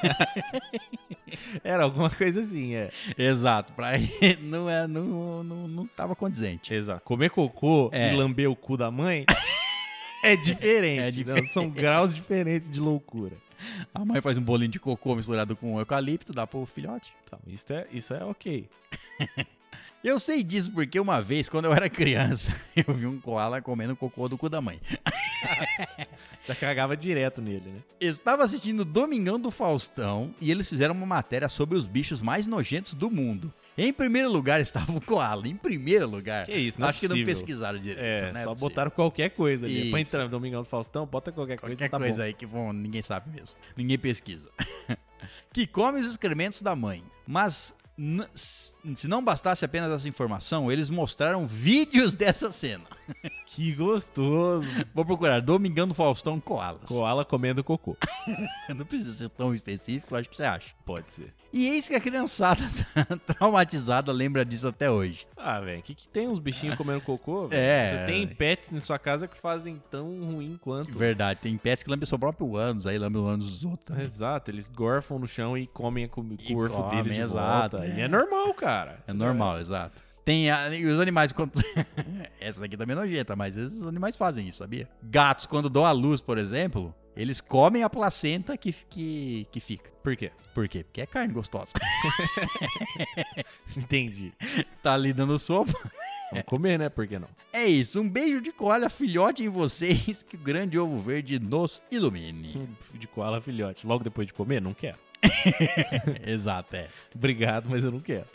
[SPEAKER 2] Era alguma coisa assim, é.
[SPEAKER 1] Exato, pra não, é, não, não, não tava condizente.
[SPEAKER 2] Exato. Comer cocô
[SPEAKER 1] É.
[SPEAKER 2] e lamber o cu da mãe é diferente.
[SPEAKER 1] É
[SPEAKER 2] né? São graus diferentes de loucura.
[SPEAKER 1] A mãe faz um bolinho de cocô misturado com um eucalipto, dá pro filhote.
[SPEAKER 2] Então, isso é, isso é ok.
[SPEAKER 1] Eu sei disso porque uma vez, quando eu era criança, eu vi um koala comendo cocô do cu da mãe.
[SPEAKER 2] Já cagava direto nele, né?
[SPEAKER 1] Eu estava assistindo Domingão do Faustão e eles fizeram uma matéria sobre os bichos mais nojentos do mundo. Em primeiro lugar estava o koala. Em primeiro lugar.
[SPEAKER 2] Que isso, não é
[SPEAKER 1] Acho que não
[SPEAKER 2] possível.
[SPEAKER 1] pesquisaram direito.
[SPEAKER 2] É,
[SPEAKER 1] não
[SPEAKER 2] só
[SPEAKER 1] possível.
[SPEAKER 2] botaram qualquer coisa ali.
[SPEAKER 1] Isso.
[SPEAKER 2] Pra entrar no Domingão do Faustão, bota qualquer,
[SPEAKER 1] Qualquer
[SPEAKER 2] coisa, tá
[SPEAKER 1] coisa
[SPEAKER 2] bom.
[SPEAKER 1] aí que vão, ninguém sabe mesmo. Ninguém pesquisa. que come os excrementos da mãe. Mas n- s- se não bastasse apenas essa informação, eles mostraram vídeos dessa cena.
[SPEAKER 2] Que gostoso.
[SPEAKER 1] Vou procurar Domingão do Faustão Koalas.
[SPEAKER 2] Koala comendo cocô.
[SPEAKER 1] não precisa ser tão específico, acho que você acha.
[SPEAKER 2] Pode ser.
[SPEAKER 1] E eis que a criançada traumatizada lembra disso até hoje.
[SPEAKER 2] Ah, velho, que, que tem uns bichinhos comendo cocô? velho?
[SPEAKER 1] É.
[SPEAKER 2] Você tem pets na sua casa que fazem tão ruim quanto.
[SPEAKER 1] Verdade, tem pés que lambem seu próprio ânus, aí lambem o ânus dos outros né? também.
[SPEAKER 2] Exato, eles gorfam no chão Então, e comem com, com
[SPEAKER 1] E
[SPEAKER 2] o corpo
[SPEAKER 1] comem,
[SPEAKER 2] deles de
[SPEAKER 1] exato,
[SPEAKER 2] volta.
[SPEAKER 1] é.
[SPEAKER 2] E é normal, cara.
[SPEAKER 1] É normal, exato. Tem a- e os animais quando Essa daqui também é nojenta, mas esses animais fazem isso, sabia? Gatos quando dão à luz, por exemplo, eles comem a placenta que que, que fica.
[SPEAKER 2] Por quê?
[SPEAKER 1] Por quê? Porque é carne gostosa.
[SPEAKER 2] Entendi.
[SPEAKER 1] tá ali dando sopa.
[SPEAKER 2] Vamos comer, né? Por que não?
[SPEAKER 1] É isso, um beijo de coalha filhote em vocês, que o grande ovo verde nos ilumine.
[SPEAKER 2] De coala filhote. Logo depois de comer, não quero.
[SPEAKER 1] Exato, é.
[SPEAKER 2] Obrigado, mas eu não quero.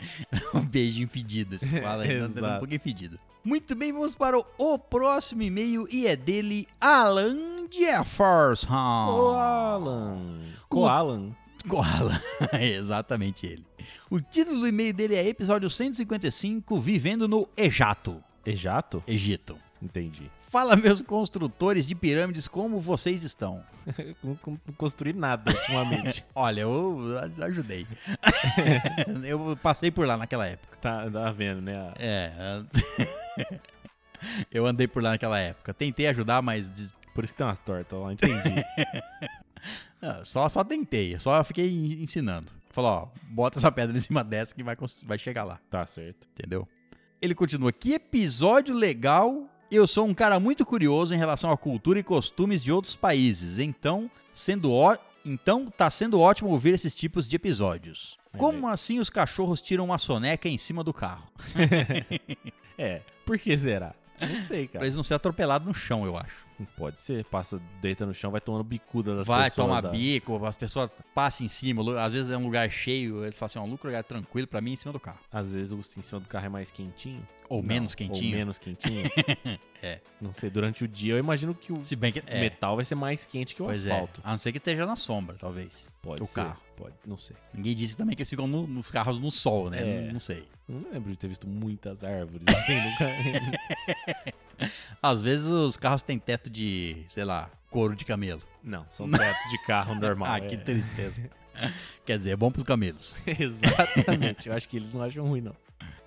[SPEAKER 1] Um beijo impedido, esse fala ainda
[SPEAKER 2] Exato.
[SPEAKER 1] tá um pouco impedido. Muito bem, vamos para o, o próximo e-mail e é dele, Alan Jefferson.
[SPEAKER 2] Ah. Koalan. Koalan.
[SPEAKER 1] Koala, é exatamente ele. O título do e-mail dele é episódio 155, Vivendo no Ejato,
[SPEAKER 2] É jato?
[SPEAKER 1] Egito.
[SPEAKER 2] Entendi.
[SPEAKER 1] Fala, meus construtores de pirâmides, como vocês estão?
[SPEAKER 2] Não, con- não construí nada ultimamente.
[SPEAKER 1] Olha, eu a- ajudei. eu passei por lá naquela época.
[SPEAKER 2] tá, tá vendo, né?
[SPEAKER 1] É. an- eu andei por lá naquela época. Tentei ajudar, mas des-
[SPEAKER 2] Por isso que tem umas tortas lá, entendi.
[SPEAKER 1] ah, só, só tentei. Só fiquei en- ensinando. Falou, ó, bota essa pedra em cima dessa que vai, cons- vai chegar lá.
[SPEAKER 2] tá certo.
[SPEAKER 1] Entendeu? Ele continua. Que episódio legal. Eu sou um cara muito curioso em relação à cultura e costumes de outros países. Então, sendo ó... então tá sendo ótimo ouvir esses tipos de episódios.
[SPEAKER 2] É
[SPEAKER 1] Como assim os cachorros tiram uma soneca em cima do carro?
[SPEAKER 2] É, por que será? Não sei,
[SPEAKER 1] Pra
[SPEAKER 2] cara.
[SPEAKER 1] eles não serem atropelados no chão, eu acho.
[SPEAKER 2] Pode ser, passa, deita no chão, vai tomando bicuda das
[SPEAKER 1] Vai,
[SPEAKER 2] pessoas. é.
[SPEAKER 1] toma
[SPEAKER 2] da-
[SPEAKER 1] bico, as pessoas passam em cima. lu- Às vezes é um lugar cheio, eles falam assim, ó, lucro lugar tranquilo pra mim é em cima do carro.
[SPEAKER 2] Às vezes o em cima do carro é mais quentinho.
[SPEAKER 1] Ou
[SPEAKER 2] Não,
[SPEAKER 1] menos quentinho.
[SPEAKER 2] Ou menos quentinho.
[SPEAKER 1] É.
[SPEAKER 2] Não sei, durante o dia eu imagino que o
[SPEAKER 1] Se bem que... É,
[SPEAKER 2] metal vai ser mais quente que o
[SPEAKER 1] pois
[SPEAKER 2] asfalto.
[SPEAKER 1] é. A não ser que esteja na sombra, talvez.
[SPEAKER 2] Pode
[SPEAKER 1] O
[SPEAKER 2] ser.
[SPEAKER 1] carro.
[SPEAKER 2] Pode, não sei.
[SPEAKER 1] Ninguém disse também que eles ficam no- nos carros no sol, né?
[SPEAKER 2] É.
[SPEAKER 1] Não, não sei.
[SPEAKER 2] Eu Não lembro de ter visto muitas árvores assim, nunca.
[SPEAKER 1] Às vezes os carros têm teto de, sei lá, couro de camelo.
[SPEAKER 2] Não, são tetos de carro normal.
[SPEAKER 1] ah,
[SPEAKER 2] é.
[SPEAKER 1] que tristeza. Quer dizer, é bom pros camelos.
[SPEAKER 2] Exatamente. Eu acho que eles não acham ruim, não.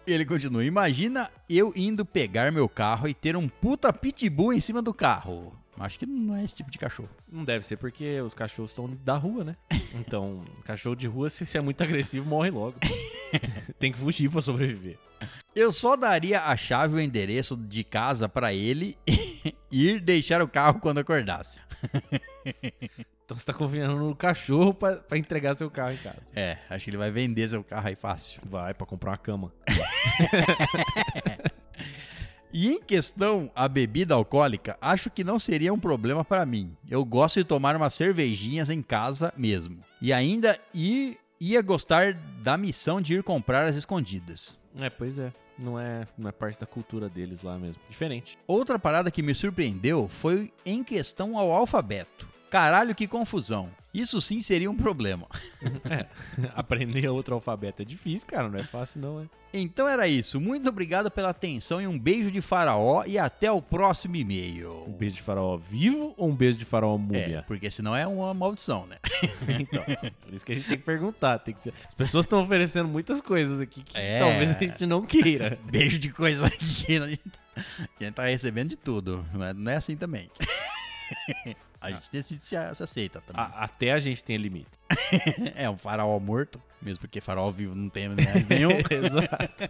[SPEAKER 1] E Ele continua. Imagina eu indo pegar meu carro e ter um puta pitbull em cima do carro. Acho que não é esse tipo de cachorro.
[SPEAKER 2] Não deve ser porque os cachorros são da rua, né? Então, cachorro de rua, se, se é muito agressivo, morre logo. Tem que fugir pra sobreviver.
[SPEAKER 1] Eu só daria a chave e o endereço de casa pra ele e ir deixar o carro quando acordasse.
[SPEAKER 2] Então você tá confiando no cachorro pra, pra entregar seu carro em casa.
[SPEAKER 1] É, acho que ele vai vender seu carro aí fácil.
[SPEAKER 2] Vai pra comprar uma cama.
[SPEAKER 1] E em questão a bebida alcoólica, acho que não seria um problema pra mim. Eu gosto de tomar umas cervejinhas em casa mesmo. E ainda ir- ia gostar da missão de ir comprar as escondidas.
[SPEAKER 2] É, pois é. Não é, não é parte da cultura deles lá mesmo. Diferente.
[SPEAKER 1] Outra parada que me surpreendeu foi em questão ao alfabeto. Caralho, que confusão. Isso sim seria um problema.
[SPEAKER 2] Aprender outro alfabeto é difícil, cara. Não é fácil, não, é.
[SPEAKER 1] Então era isso. Muito obrigado pela atenção e um beijo de faraó e até o próximo
[SPEAKER 2] Um
[SPEAKER 1] e-mail.
[SPEAKER 2] beijo de faraó vivo ou um beijo de faraó
[SPEAKER 1] É,
[SPEAKER 2] múmia?
[SPEAKER 1] porque senão é uma maldição, né?
[SPEAKER 2] Então, por isso que a gente tem que perguntar. Tem que ser- As pessoas estão oferecendo muitas coisas aqui que
[SPEAKER 1] É.
[SPEAKER 2] talvez a gente não queira.
[SPEAKER 1] Beijo de coisa aqui. né? A gente- a gente tá recebendo de tudo. né? Não é assim também. A gente decide se, a- se aceita também.
[SPEAKER 2] A- até a gente tem limite.
[SPEAKER 1] É um faraó morto, mesmo porque faraó vivo não tem mais nenhum.
[SPEAKER 2] Exato.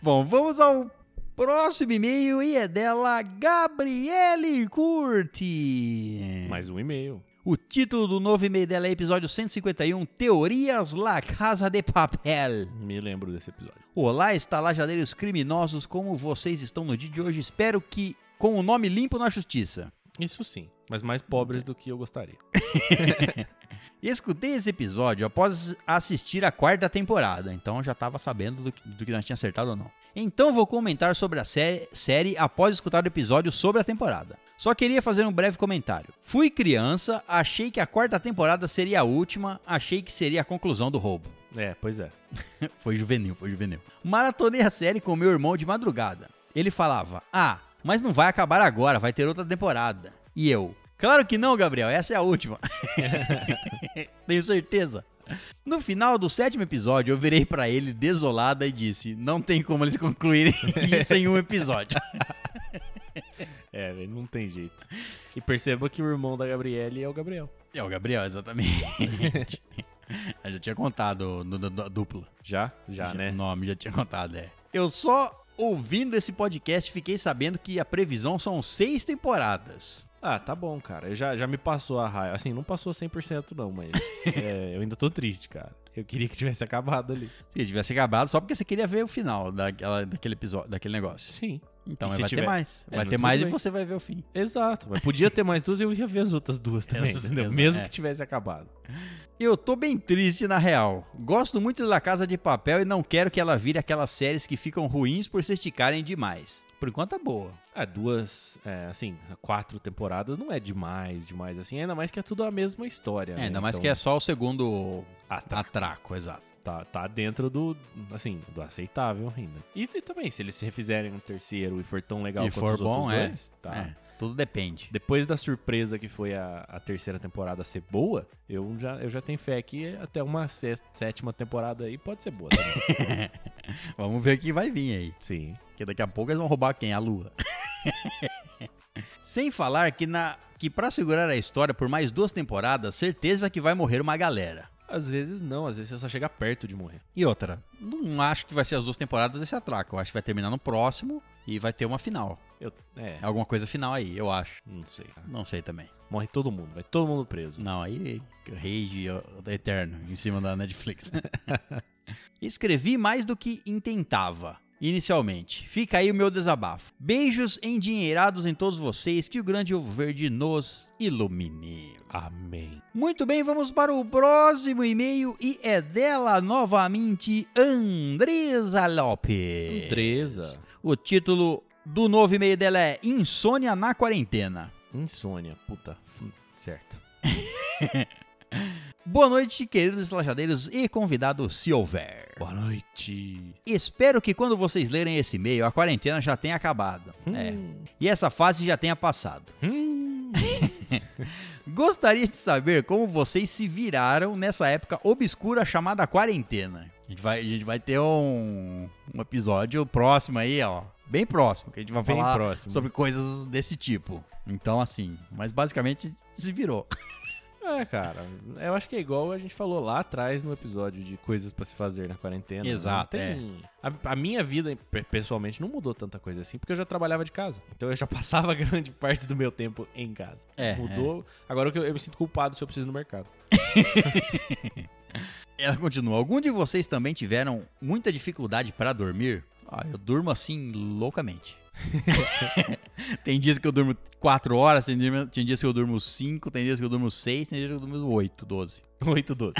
[SPEAKER 1] Bom, vamos ao próximo e-mail e é dela Gabriele Curti.
[SPEAKER 2] Mais um e-mail.
[SPEAKER 1] O título do novo e-mail dela é episódio 151, Teorias La Casa de Papel.
[SPEAKER 2] Me lembro desse episódio.
[SPEAKER 1] Olá, estalajadeiros criminosos, como vocês estão no dia de hoje? Espero que com o nome limpo na justiça.
[SPEAKER 2] Isso sim, mas mais pobres do que eu gostaria.
[SPEAKER 1] Escutei esse episódio após assistir a quarta temporada, então já estava sabendo do, que- do que nós tínhamos acertado ou não. Então vou comentar sobre a sé- série após escutar o episódio sobre a temporada. Só queria fazer um breve comentário. Fui criança, achei que a quarta temporada seria a última, achei que seria a conclusão do roubo.
[SPEAKER 2] É, pois é.
[SPEAKER 1] Foi juvenil, foi juvenil. Maratonei a série com meu irmão de madrugada. Ele falava: Ah, mas não vai acabar agora, vai ter outra temporada. E eu: Claro que não, Gabriel, essa é a última. Tenho certeza. No final do sétimo episódio, eu virei pra ele desolada e disse: Não tem como eles concluírem isso em um episódio.
[SPEAKER 2] É, velho, não tem jeito. E perceba que o irmão da Gabriele é o Gabriel.
[SPEAKER 1] É o Gabriel, exatamente. Eu já tinha contado no, no- no- dupla.
[SPEAKER 2] Já? Já,
[SPEAKER 1] O
[SPEAKER 2] né?
[SPEAKER 1] nome já tinha contado, é. Eu só ouvindo esse podcast fiquei sabendo que a previsão são seis temporadas.
[SPEAKER 2] Ah, tá bom, cara. Eu Já, já me passou a raiva. Assim, não passou 100% não, mas é, eu ainda tô triste, cara. Eu queria que tivesse acabado ali.
[SPEAKER 1] Se tivesse acabado, só porque você queria ver o final daquela- daquele episódio, daquele negócio.
[SPEAKER 2] Sim.
[SPEAKER 1] Então,
[SPEAKER 2] E
[SPEAKER 1] mas
[SPEAKER 2] se
[SPEAKER 1] vai
[SPEAKER 2] tiver?
[SPEAKER 1] ter mais.
[SPEAKER 2] É,
[SPEAKER 1] Vai
[SPEAKER 2] não,
[SPEAKER 1] ter
[SPEAKER 2] tudo
[SPEAKER 1] mais
[SPEAKER 2] bem.
[SPEAKER 1] e você vai ver o fim.
[SPEAKER 2] Exato. Mas podia ter mais duas e eu ia ver as outras duas também,
[SPEAKER 1] Essas
[SPEAKER 2] entendeu?
[SPEAKER 1] mesmo,
[SPEAKER 2] Mesmo
[SPEAKER 1] é.
[SPEAKER 2] que tivesse acabado.
[SPEAKER 1] Eu tô bem triste na real. Gosto muito da Casa de Papel e não quero que ela vire aquelas séries que ficam ruins por se esticarem demais. Por enquanto é boa.
[SPEAKER 2] Ah, duas, é, assim, quatro temporadas não é demais, demais assim. Ainda mais que é tudo a mesma história.
[SPEAKER 1] É,
[SPEAKER 2] né?
[SPEAKER 1] ainda mais que é só o segundo
[SPEAKER 2] Ah, tá.
[SPEAKER 1] atraco, exato.
[SPEAKER 2] Tá, tá dentro do, assim, do aceitável ainda. E, t- também, se eles refizerem um terceiro e for tão legal
[SPEAKER 1] E
[SPEAKER 2] quanto
[SPEAKER 1] for
[SPEAKER 2] os outros
[SPEAKER 1] bom, é.
[SPEAKER 2] dois, tá.
[SPEAKER 1] É, tudo depende.
[SPEAKER 2] Depois da surpresa que foi a, a terceira temporada ser boa, eu já, eu já tenho fé que até uma sexta, sétima temporada aí pode ser boa. também.
[SPEAKER 1] Vamos ver o que vai vir aí.
[SPEAKER 2] Sim.
[SPEAKER 1] Porque daqui a pouco eles vão roubar quem? A Lua. Sem falar que na que para segurar a história por mais duas temporadas, certeza que vai morrer uma galera.
[SPEAKER 2] Às vezes não, às vezes você só chega perto de morrer.
[SPEAKER 1] E outra, não acho que vai ser as duas temporadas esse atraco. Eu acho que vai terminar no próximo e vai ter uma final.
[SPEAKER 2] Eu, é,
[SPEAKER 1] Alguma coisa final aí, eu acho.
[SPEAKER 2] não sei.
[SPEAKER 1] Não sei também.
[SPEAKER 2] Morre todo mundo, vai todo mundo preso.
[SPEAKER 1] Não, aí rage ó, eterno em cima da Netflix. Escrevi mais do que intentava. Inicialmente. Fica aí o meu desabafo. Beijos endinheirados em todos vocês, que o grande ovo verde nos ilumine.
[SPEAKER 2] Amém.
[SPEAKER 1] Muito bem, vamos para o próximo e-mail e é dela novamente Andresa Lopes.
[SPEAKER 2] Andresa,
[SPEAKER 1] O título do novo e-mail dela é Insônia na Quarentena.
[SPEAKER 2] insônia, puta, hum, certo.
[SPEAKER 1] Boa noite, queridos estalajadeiros e convidados, se houver.
[SPEAKER 2] Boa noite.
[SPEAKER 1] Espero que quando vocês lerem esse e-mail, a quarentena já tenha acabado. É.
[SPEAKER 2] Hum,
[SPEAKER 1] E essa fase já tenha passado.
[SPEAKER 2] hum.
[SPEAKER 1] Gostaria de saber como vocês se viraram nessa época obscura chamada quarentena. A gente vai, a gente vai ter um, um episódio próximo aí, ó. Bem próximo, que a gente vai
[SPEAKER 2] Bem
[SPEAKER 1] falar
[SPEAKER 2] próximo.
[SPEAKER 1] sobre coisas desse tipo. Então, assim, mas basicamente se virou.
[SPEAKER 2] É, cara, eu acho que é igual a gente falou lá atrás no episódio de coisas pra se fazer na quarentena. né?
[SPEAKER 1] Exato, é.
[SPEAKER 2] Não tem- a, a minha vida, pe- pessoalmente, não mudou tanta coisa assim, porque eu já trabalhava de casa. Então eu já passava grande parte do meu tempo em casa.
[SPEAKER 1] É,
[SPEAKER 2] Mudou. Agora que eu, eu me sinto culpado se eu preciso ir no mercado.
[SPEAKER 1] Ela continua. Algum de vocês também tiveram muita dificuldade para dormir? Ah, eu durmo assim loucamente. tem dias que eu durmo 4 horas, tem dia- tem dias que eu durmo 5, tem dias que eu durmo 6, tem dias que eu durmo 8, 12.
[SPEAKER 2] 8, 12.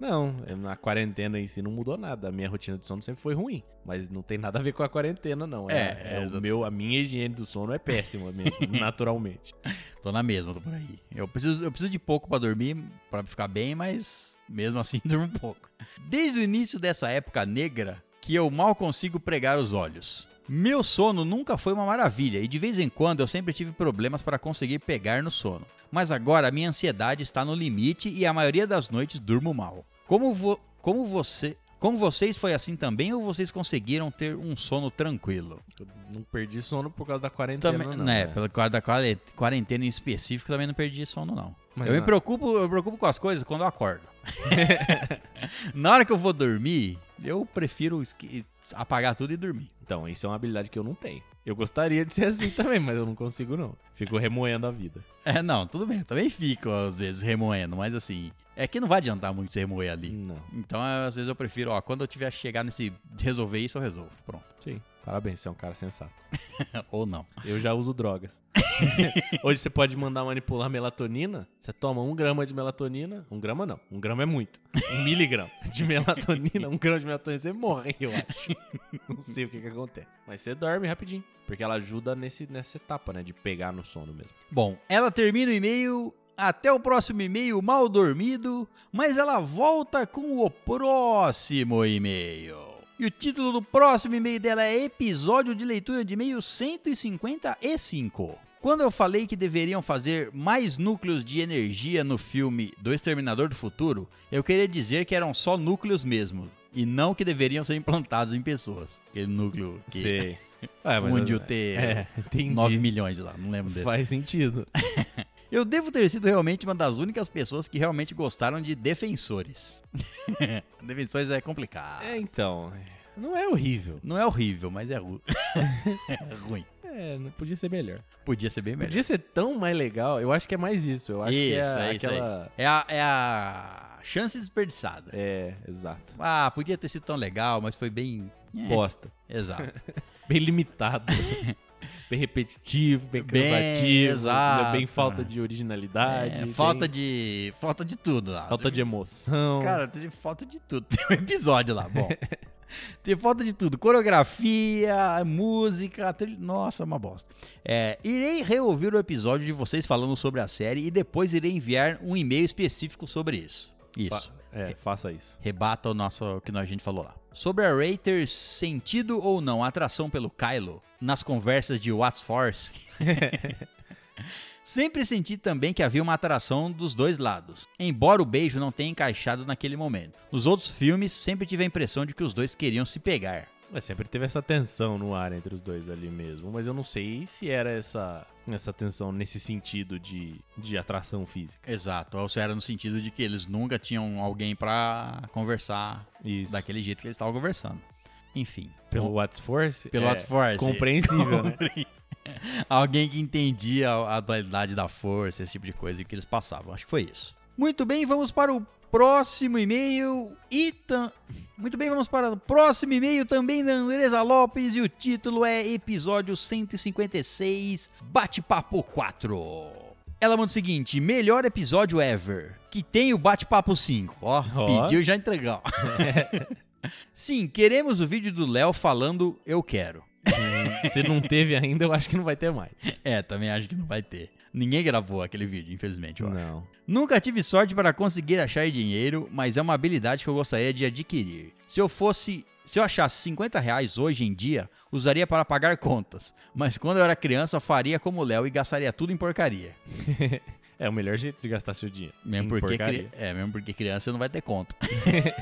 [SPEAKER 2] não, na quarentena em si não mudou nada. A minha rotina de sono sempre foi ruim. Mas não tem nada a ver com a quarentena, não.
[SPEAKER 1] É, é,
[SPEAKER 2] o
[SPEAKER 1] exato.
[SPEAKER 2] meu, a minha higiene do sono é péssima mesmo, naturalmente.
[SPEAKER 1] Tô na mesma, tô por aí. Eu preciso, eu preciso de pouco para dormir, para ficar bem, mas mesmo assim durmo pouco. Desde o início dessa época negra, que eu mal consigo pregar os olhos. Meu sono nunca foi uma maravilha e de vez em quando eu sempre tive problemas para conseguir pegar no sono. Mas agora a minha ansiedade está no limite e a maioria das noites durmo mal. Como, vo como você. Com vocês foi assim também ou vocês conseguiram ter um sono tranquilo?
[SPEAKER 2] Eu não perdi sono por causa da quarentena,
[SPEAKER 1] Também,
[SPEAKER 2] não.
[SPEAKER 1] né,
[SPEAKER 2] né?
[SPEAKER 1] pelo causa da quare- quarentena em específico, também não perdi sono, não.
[SPEAKER 2] Mas
[SPEAKER 1] eu me
[SPEAKER 2] não. é.
[SPEAKER 1] preocupo, eu me preocupo com as coisas quando eu acordo. Na hora que eu vou dormir, eu prefiro esque- apagar tudo e dormir.
[SPEAKER 2] Então, isso é uma habilidade que eu não tenho. Eu gostaria de ser assim também, mas eu não consigo, não. Fico remoendo a vida.
[SPEAKER 1] É, não, tudo bem, eu também fico às vezes remoendo, mas assim, é que não vai adiantar muito se remoer ali.
[SPEAKER 2] Não.
[SPEAKER 1] Então, às vezes eu prefiro, ó, quando eu tiver chegar nesse resolver isso, eu resolvo, pronto.
[SPEAKER 2] Sim. Parabéns, você é um cara sensato.
[SPEAKER 1] Ou não.
[SPEAKER 2] Eu já uso drogas. Hoje você pode mandar manipular melatonina. Você toma um grama de melatonina. Um grama não. Um grama é muito. Um miligrama de melatonina. Um grama de melatonina. Você morre, eu acho. Não sei o que, que acontece. Mas você dorme rapidinho. Porque ela ajuda nesse, nessa etapa, né? De pegar no sono mesmo.
[SPEAKER 1] Bom, ela termina o e-mail. Até o próximo e-mail mal dormido, mas ela volta com o próximo e-mail. E o título do próximo e-mail dela é Episódio de Leitura de E-mail 155. Quando eu falei que deveriam fazer mais núcleos de energia no filme Do Exterminador do Futuro, eu queria dizer que eram só núcleos mesmo, e não que deveriam ser implantados em pessoas. Aquele núcleo que
[SPEAKER 2] Sei. É, mas-
[SPEAKER 1] funde o T
[SPEAKER 2] É, entendi.
[SPEAKER 1] 9 milhões lá, não lembro dele.
[SPEAKER 2] Faz sentido.
[SPEAKER 1] Eu devo ter sido realmente uma das únicas pessoas que realmente gostaram de defensores. defensores é complicado.
[SPEAKER 2] É, então. Não é horrível.
[SPEAKER 1] Não é horrível, mas é, ru... é ruim.
[SPEAKER 2] É, não podia ser melhor.
[SPEAKER 1] Podia ser bem melhor.
[SPEAKER 2] Podia ser tão mais legal. Eu acho que é mais isso. Eu acho que
[SPEAKER 1] Isso,
[SPEAKER 2] é,
[SPEAKER 1] é isso aí.
[SPEAKER 2] aquela.
[SPEAKER 1] É a, é a chance desperdiçada.
[SPEAKER 2] É, exato.
[SPEAKER 1] Ah, podia ter sido tão legal, mas foi bem. É,
[SPEAKER 2] Bosta.
[SPEAKER 1] Exato.
[SPEAKER 2] Bem limitado. bem repetitivo, bem
[SPEAKER 1] Bem,
[SPEAKER 2] cansativo.
[SPEAKER 1] exato.
[SPEAKER 2] bem falta de originalidade.
[SPEAKER 1] É,
[SPEAKER 2] bem
[SPEAKER 1] falta de. Falta de tudo lá.
[SPEAKER 2] Falta de emoção.
[SPEAKER 1] Cara, tem falta de tudo. Tem um episódio lá, bom. Tem falta de tudo. Coreografia, música, trilha- nossa, uma bosta. É, irei reouvir o episódio de vocês falando sobre a série e depois irei enviar um e-mail específico sobre isso.
[SPEAKER 2] Fa-
[SPEAKER 1] Isso.
[SPEAKER 2] é, faça isso.
[SPEAKER 1] Rebata o nosso o que a gente falou lá. Sobre a Rater, sentido ou não a atração pelo Kylo nas conversas de What's Force? Sempre senti também que havia uma atração dos dois lados, embora o beijo não tenha encaixado naquele momento. Nos outros filmes, sempre tive a impressão de que os dois queriam se pegar.
[SPEAKER 2] Mas sempre teve essa tensão no ar entre os dois ali mesmo. Mas eu não sei se era essa, essa tensão nesse sentido de, de atração física.
[SPEAKER 1] Exato, ou seja, era no sentido de que eles nunca tinham alguém pra conversar
[SPEAKER 2] Isso.
[SPEAKER 1] daquele jeito que eles estavam conversando. Enfim,
[SPEAKER 2] Pelo What's Force?
[SPEAKER 1] pelo
[SPEAKER 2] é
[SPEAKER 1] What's Force.
[SPEAKER 2] Compreensível, né?
[SPEAKER 1] Alguém que entendia a a dualidade da força, esse tipo de coisa que eles passavam. Acho que foi isso. Muito bem, vamos para o próximo e-mail. E tam... Muito bem, vamos para o próximo e-mail também da Andresa Lopes. E o título é Episódio 156, Bate-Papo 4. Ela manda o seguinte: melhor episódio ever. Que tem o Bate-Papo 5. Ó,
[SPEAKER 2] Ó.
[SPEAKER 1] pediu e já entregou. Sim, queremos o vídeo do Léo falando eu quero.
[SPEAKER 2] se não teve ainda, eu acho que não vai ter mais.
[SPEAKER 1] É, também acho que não vai ter. Ninguém gravou aquele vídeo, infelizmente, eu acho.
[SPEAKER 2] Não.
[SPEAKER 1] Nunca tive sorte para conseguir achar dinheiro, mas é uma habilidade que eu gostaria de adquirir. Se eu fosse. Se eu achasse 50 reais hoje em dia, usaria para pagar contas. Mas quando eu era criança, faria como o Léo e gastaria tudo em porcaria.
[SPEAKER 2] É o melhor jeito de gastar seu dinheiro.
[SPEAKER 1] Mesmo
[SPEAKER 2] Em
[SPEAKER 1] porque, cri-
[SPEAKER 2] porcaria.
[SPEAKER 1] é, mesmo porque criança não vai ter conta.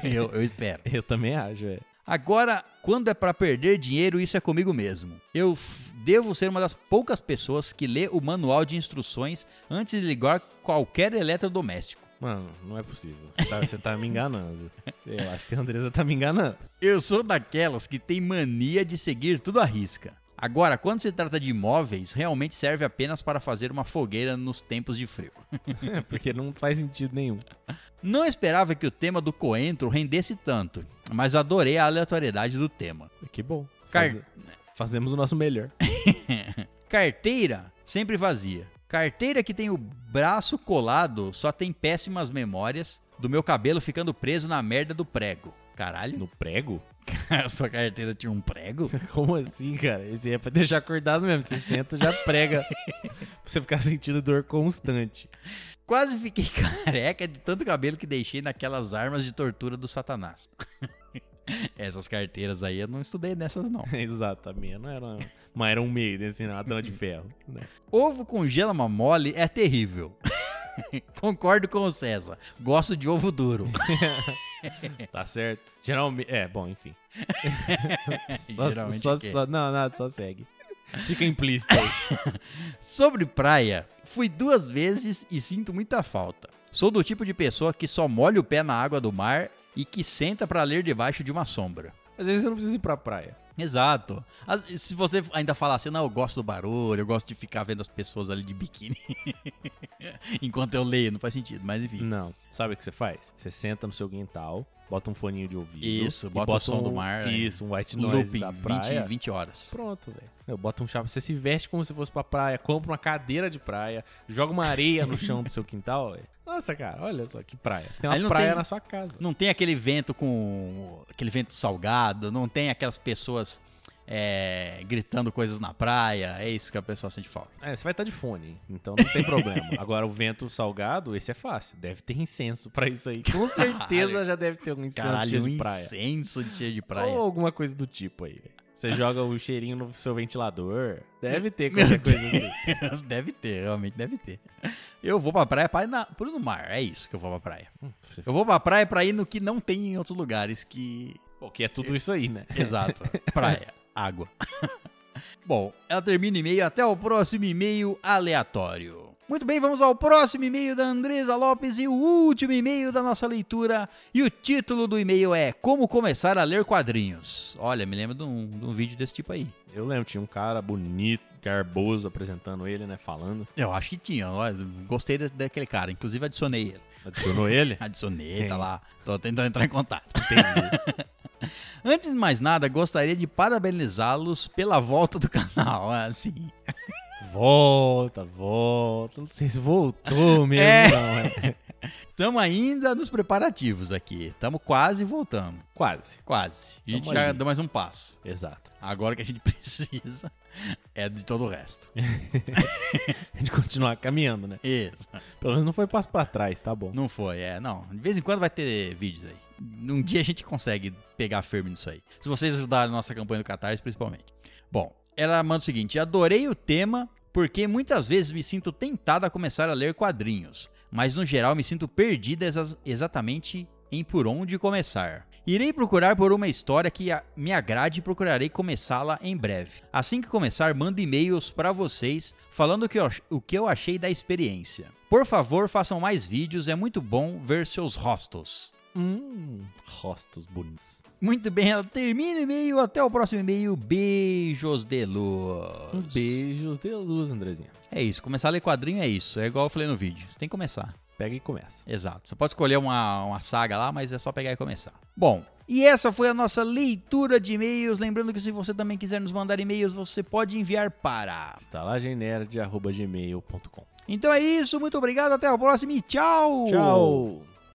[SPEAKER 1] eu, eu espero.
[SPEAKER 2] Eu também acho, é.
[SPEAKER 1] Agora, quando é pra perder dinheiro, isso é comigo mesmo. Eu f- devo ser uma das poucas pessoas que lê o manual de instruções antes de ligar qualquer eletrodoméstico.
[SPEAKER 2] Mano, não é possível. Você tá, você tá me enganando. Eu acho que a Andresa tá me enganando.
[SPEAKER 1] Eu sou daquelas que tem mania de seguir tudo à risca. Agora, quando se trata de imóveis, realmente serve apenas para fazer uma fogueira nos tempos de frio.
[SPEAKER 2] É, Porque não faz sentido nenhum.
[SPEAKER 1] Não esperava que o tema do coentro rendesse tanto, mas adorei a aleatoriedade do tema.
[SPEAKER 2] Que bom.
[SPEAKER 1] Car-
[SPEAKER 2] Faze- Fazemos o nosso melhor.
[SPEAKER 1] Carteira sempre vazia. Carteira que tem o braço colado só tem péssimas memórias do meu cabelo ficando preso na merda do prego. Caralho,
[SPEAKER 2] No prego?
[SPEAKER 1] a sua carteira tinha um prego?
[SPEAKER 2] Como assim, cara? Esse é pra deixar acordado mesmo. Você senta já prega. pra você ficar sentindo dor constante.
[SPEAKER 1] Quase fiquei careca de tanto cabelo que deixei naquelas armas de tortura do satanás. Essas carteiras aí eu não estudei nessas não.
[SPEAKER 2] Exato, a minha não era uma Iron Maiden, assim, uma dama de ferro. né?
[SPEAKER 1] Ovo com gema mole é terrível. Concordo com o César. Gosto de ovo duro.
[SPEAKER 2] Tá certo? Geralmente. É, bom, enfim. só,
[SPEAKER 1] Geralmente
[SPEAKER 2] só,
[SPEAKER 1] o quê?
[SPEAKER 2] só- Não, nada, só segue. Fica implícito aí.
[SPEAKER 1] Sobre praia, fui duas vezes e sinto muita falta. Sou do tipo de pessoa que só molha o pé na água do mar e que senta pra ler debaixo de uma sombra.
[SPEAKER 2] Às vezes você não precisa ir pra praia.
[SPEAKER 1] Exato. As- Se você ainda falar assim, não, eu gosto do barulho, eu gosto de ficar vendo as pessoas ali de biquíni enquanto eu leio, não faz sentido, mas enfim.
[SPEAKER 2] Não. Sabe o que você faz? Você senta no seu guintal, bota um foninho de ouvido.
[SPEAKER 1] Isso,
[SPEAKER 2] e
[SPEAKER 1] bota o som do mar, né?
[SPEAKER 2] Isso, um white noise
[SPEAKER 1] Looping,
[SPEAKER 2] da praia.
[SPEAKER 1] 20, 20 horas.
[SPEAKER 2] Pronto, velho. Eu boto um chapa. Você se veste como se fosse pra praia, compra uma cadeira de praia, joga uma areia no chão do seu quintal. velho. Nossa, cara, olha só que praia. Você tem
[SPEAKER 1] Aí
[SPEAKER 2] uma
[SPEAKER 1] não
[SPEAKER 2] praia
[SPEAKER 1] tem-
[SPEAKER 2] na sua casa.
[SPEAKER 1] Não tem aquele vento com. aquele vento salgado, não tem aquelas pessoas é, gritando coisas na praia, é isso que a pessoa sente falta.
[SPEAKER 2] É, você vai estar de fone, então não tem problema. Agora, o vento salgado, esse é fácil. Deve ter incenso pra isso aí. Com certeza já deve ter um incenso
[SPEAKER 1] Caralho,
[SPEAKER 2] cheio
[SPEAKER 1] um
[SPEAKER 2] de praia.
[SPEAKER 1] incenso de cheiro de praia.
[SPEAKER 2] Ou alguma coisa do tipo aí. velho. Você joga o cheirinho no seu ventilador. Deve ter qualquer coisa assim.
[SPEAKER 1] deve ter, realmente deve ter. Eu vou pra praia pra ir na, pro no mar, é isso que eu vou pra praia.
[SPEAKER 2] Hum, você-
[SPEAKER 1] Eu vou pra praia pra ir no que não tem em outros lugares que...
[SPEAKER 2] Pô, que é tudo isso aí, né?
[SPEAKER 1] Exato, praia, água. Bom, ela termina o e-mail, até o próximo e-mail aleatório. Muito bem, vamos ao próximo e-mail da Andresa Lopes e o último e-mail da nossa leitura. E o título do e-mail é Como Começar a Ler Quadrinhos. Olha, me lembro de um, de um vídeo desse tipo aí.
[SPEAKER 2] Eu lembro, tinha um cara bonito, garboso, apresentando ele, né? Falando.
[SPEAKER 1] Eu acho que tinha, ó, gostei da- daquele cara, inclusive adicionei ele.
[SPEAKER 2] Adicionou ele.
[SPEAKER 1] Adicionei,
[SPEAKER 2] Tem.
[SPEAKER 1] tá lá. Tô tentando entrar em contato. Antes de mais nada, gostaria de parabenizá-los pela volta do canal. Assim,
[SPEAKER 2] Volta, volta. Não sei se voltou mesmo,
[SPEAKER 1] É.
[SPEAKER 2] não. É.
[SPEAKER 1] estamos ainda nos preparativos aqui. Estamos quase voltando.
[SPEAKER 2] Quase.
[SPEAKER 1] Quase. A gente
[SPEAKER 2] Tamo
[SPEAKER 1] já
[SPEAKER 2] aí.
[SPEAKER 1] deu mais um passo.
[SPEAKER 2] Exato.
[SPEAKER 1] Agora o que a gente precisa é de todo o resto.
[SPEAKER 2] A gente continuar caminhando, né?
[SPEAKER 1] Isso.
[SPEAKER 2] Pelo menos não foi passo pra trás, tá bom.
[SPEAKER 1] Não foi, é. Não. De vez em quando vai ter vídeos aí. Um dia a gente consegue pegar firme nisso aí. Se vocês ajudarem a nossa campanha do Catarse, principalmente. Bom, ela manda o seguinte: adorei o tema, porque muitas vezes me sinto tentada a começar a ler quadrinhos. Mas no geral me sinto perdida exa- exatamente em por onde começar. Irei procurar por uma história que a- me agrade e procurarei começá-la em breve. Assim que começar, mando e-mails para vocês falando o que, eu, ach- o que eu achei da experiência. Por favor, façam mais vídeos, é muito bom ver seus rostos.
[SPEAKER 2] Hum, rostos bonitos.
[SPEAKER 1] Muito bem, ela termina o e-mail, até o próximo e-mail. Beijos de luz.
[SPEAKER 2] Um beijos de luz, Andrezinha.
[SPEAKER 1] É isso, começar a ler quadrinho é isso. É igual eu falei no vídeo, você tem que começar.
[SPEAKER 2] Pega e começa.
[SPEAKER 1] Exato. Você pode escolher uma, uma saga lá, mas é só pegar e começar. Bom, e essa foi a nossa leitura de e-mails. Lembrando que se você também quiser nos mandar e-mails, você pode enviar para.
[SPEAKER 2] Estalagenerd.gmail.com
[SPEAKER 1] Então é isso, muito obrigado, até a próxima e tchau!
[SPEAKER 2] Tchau!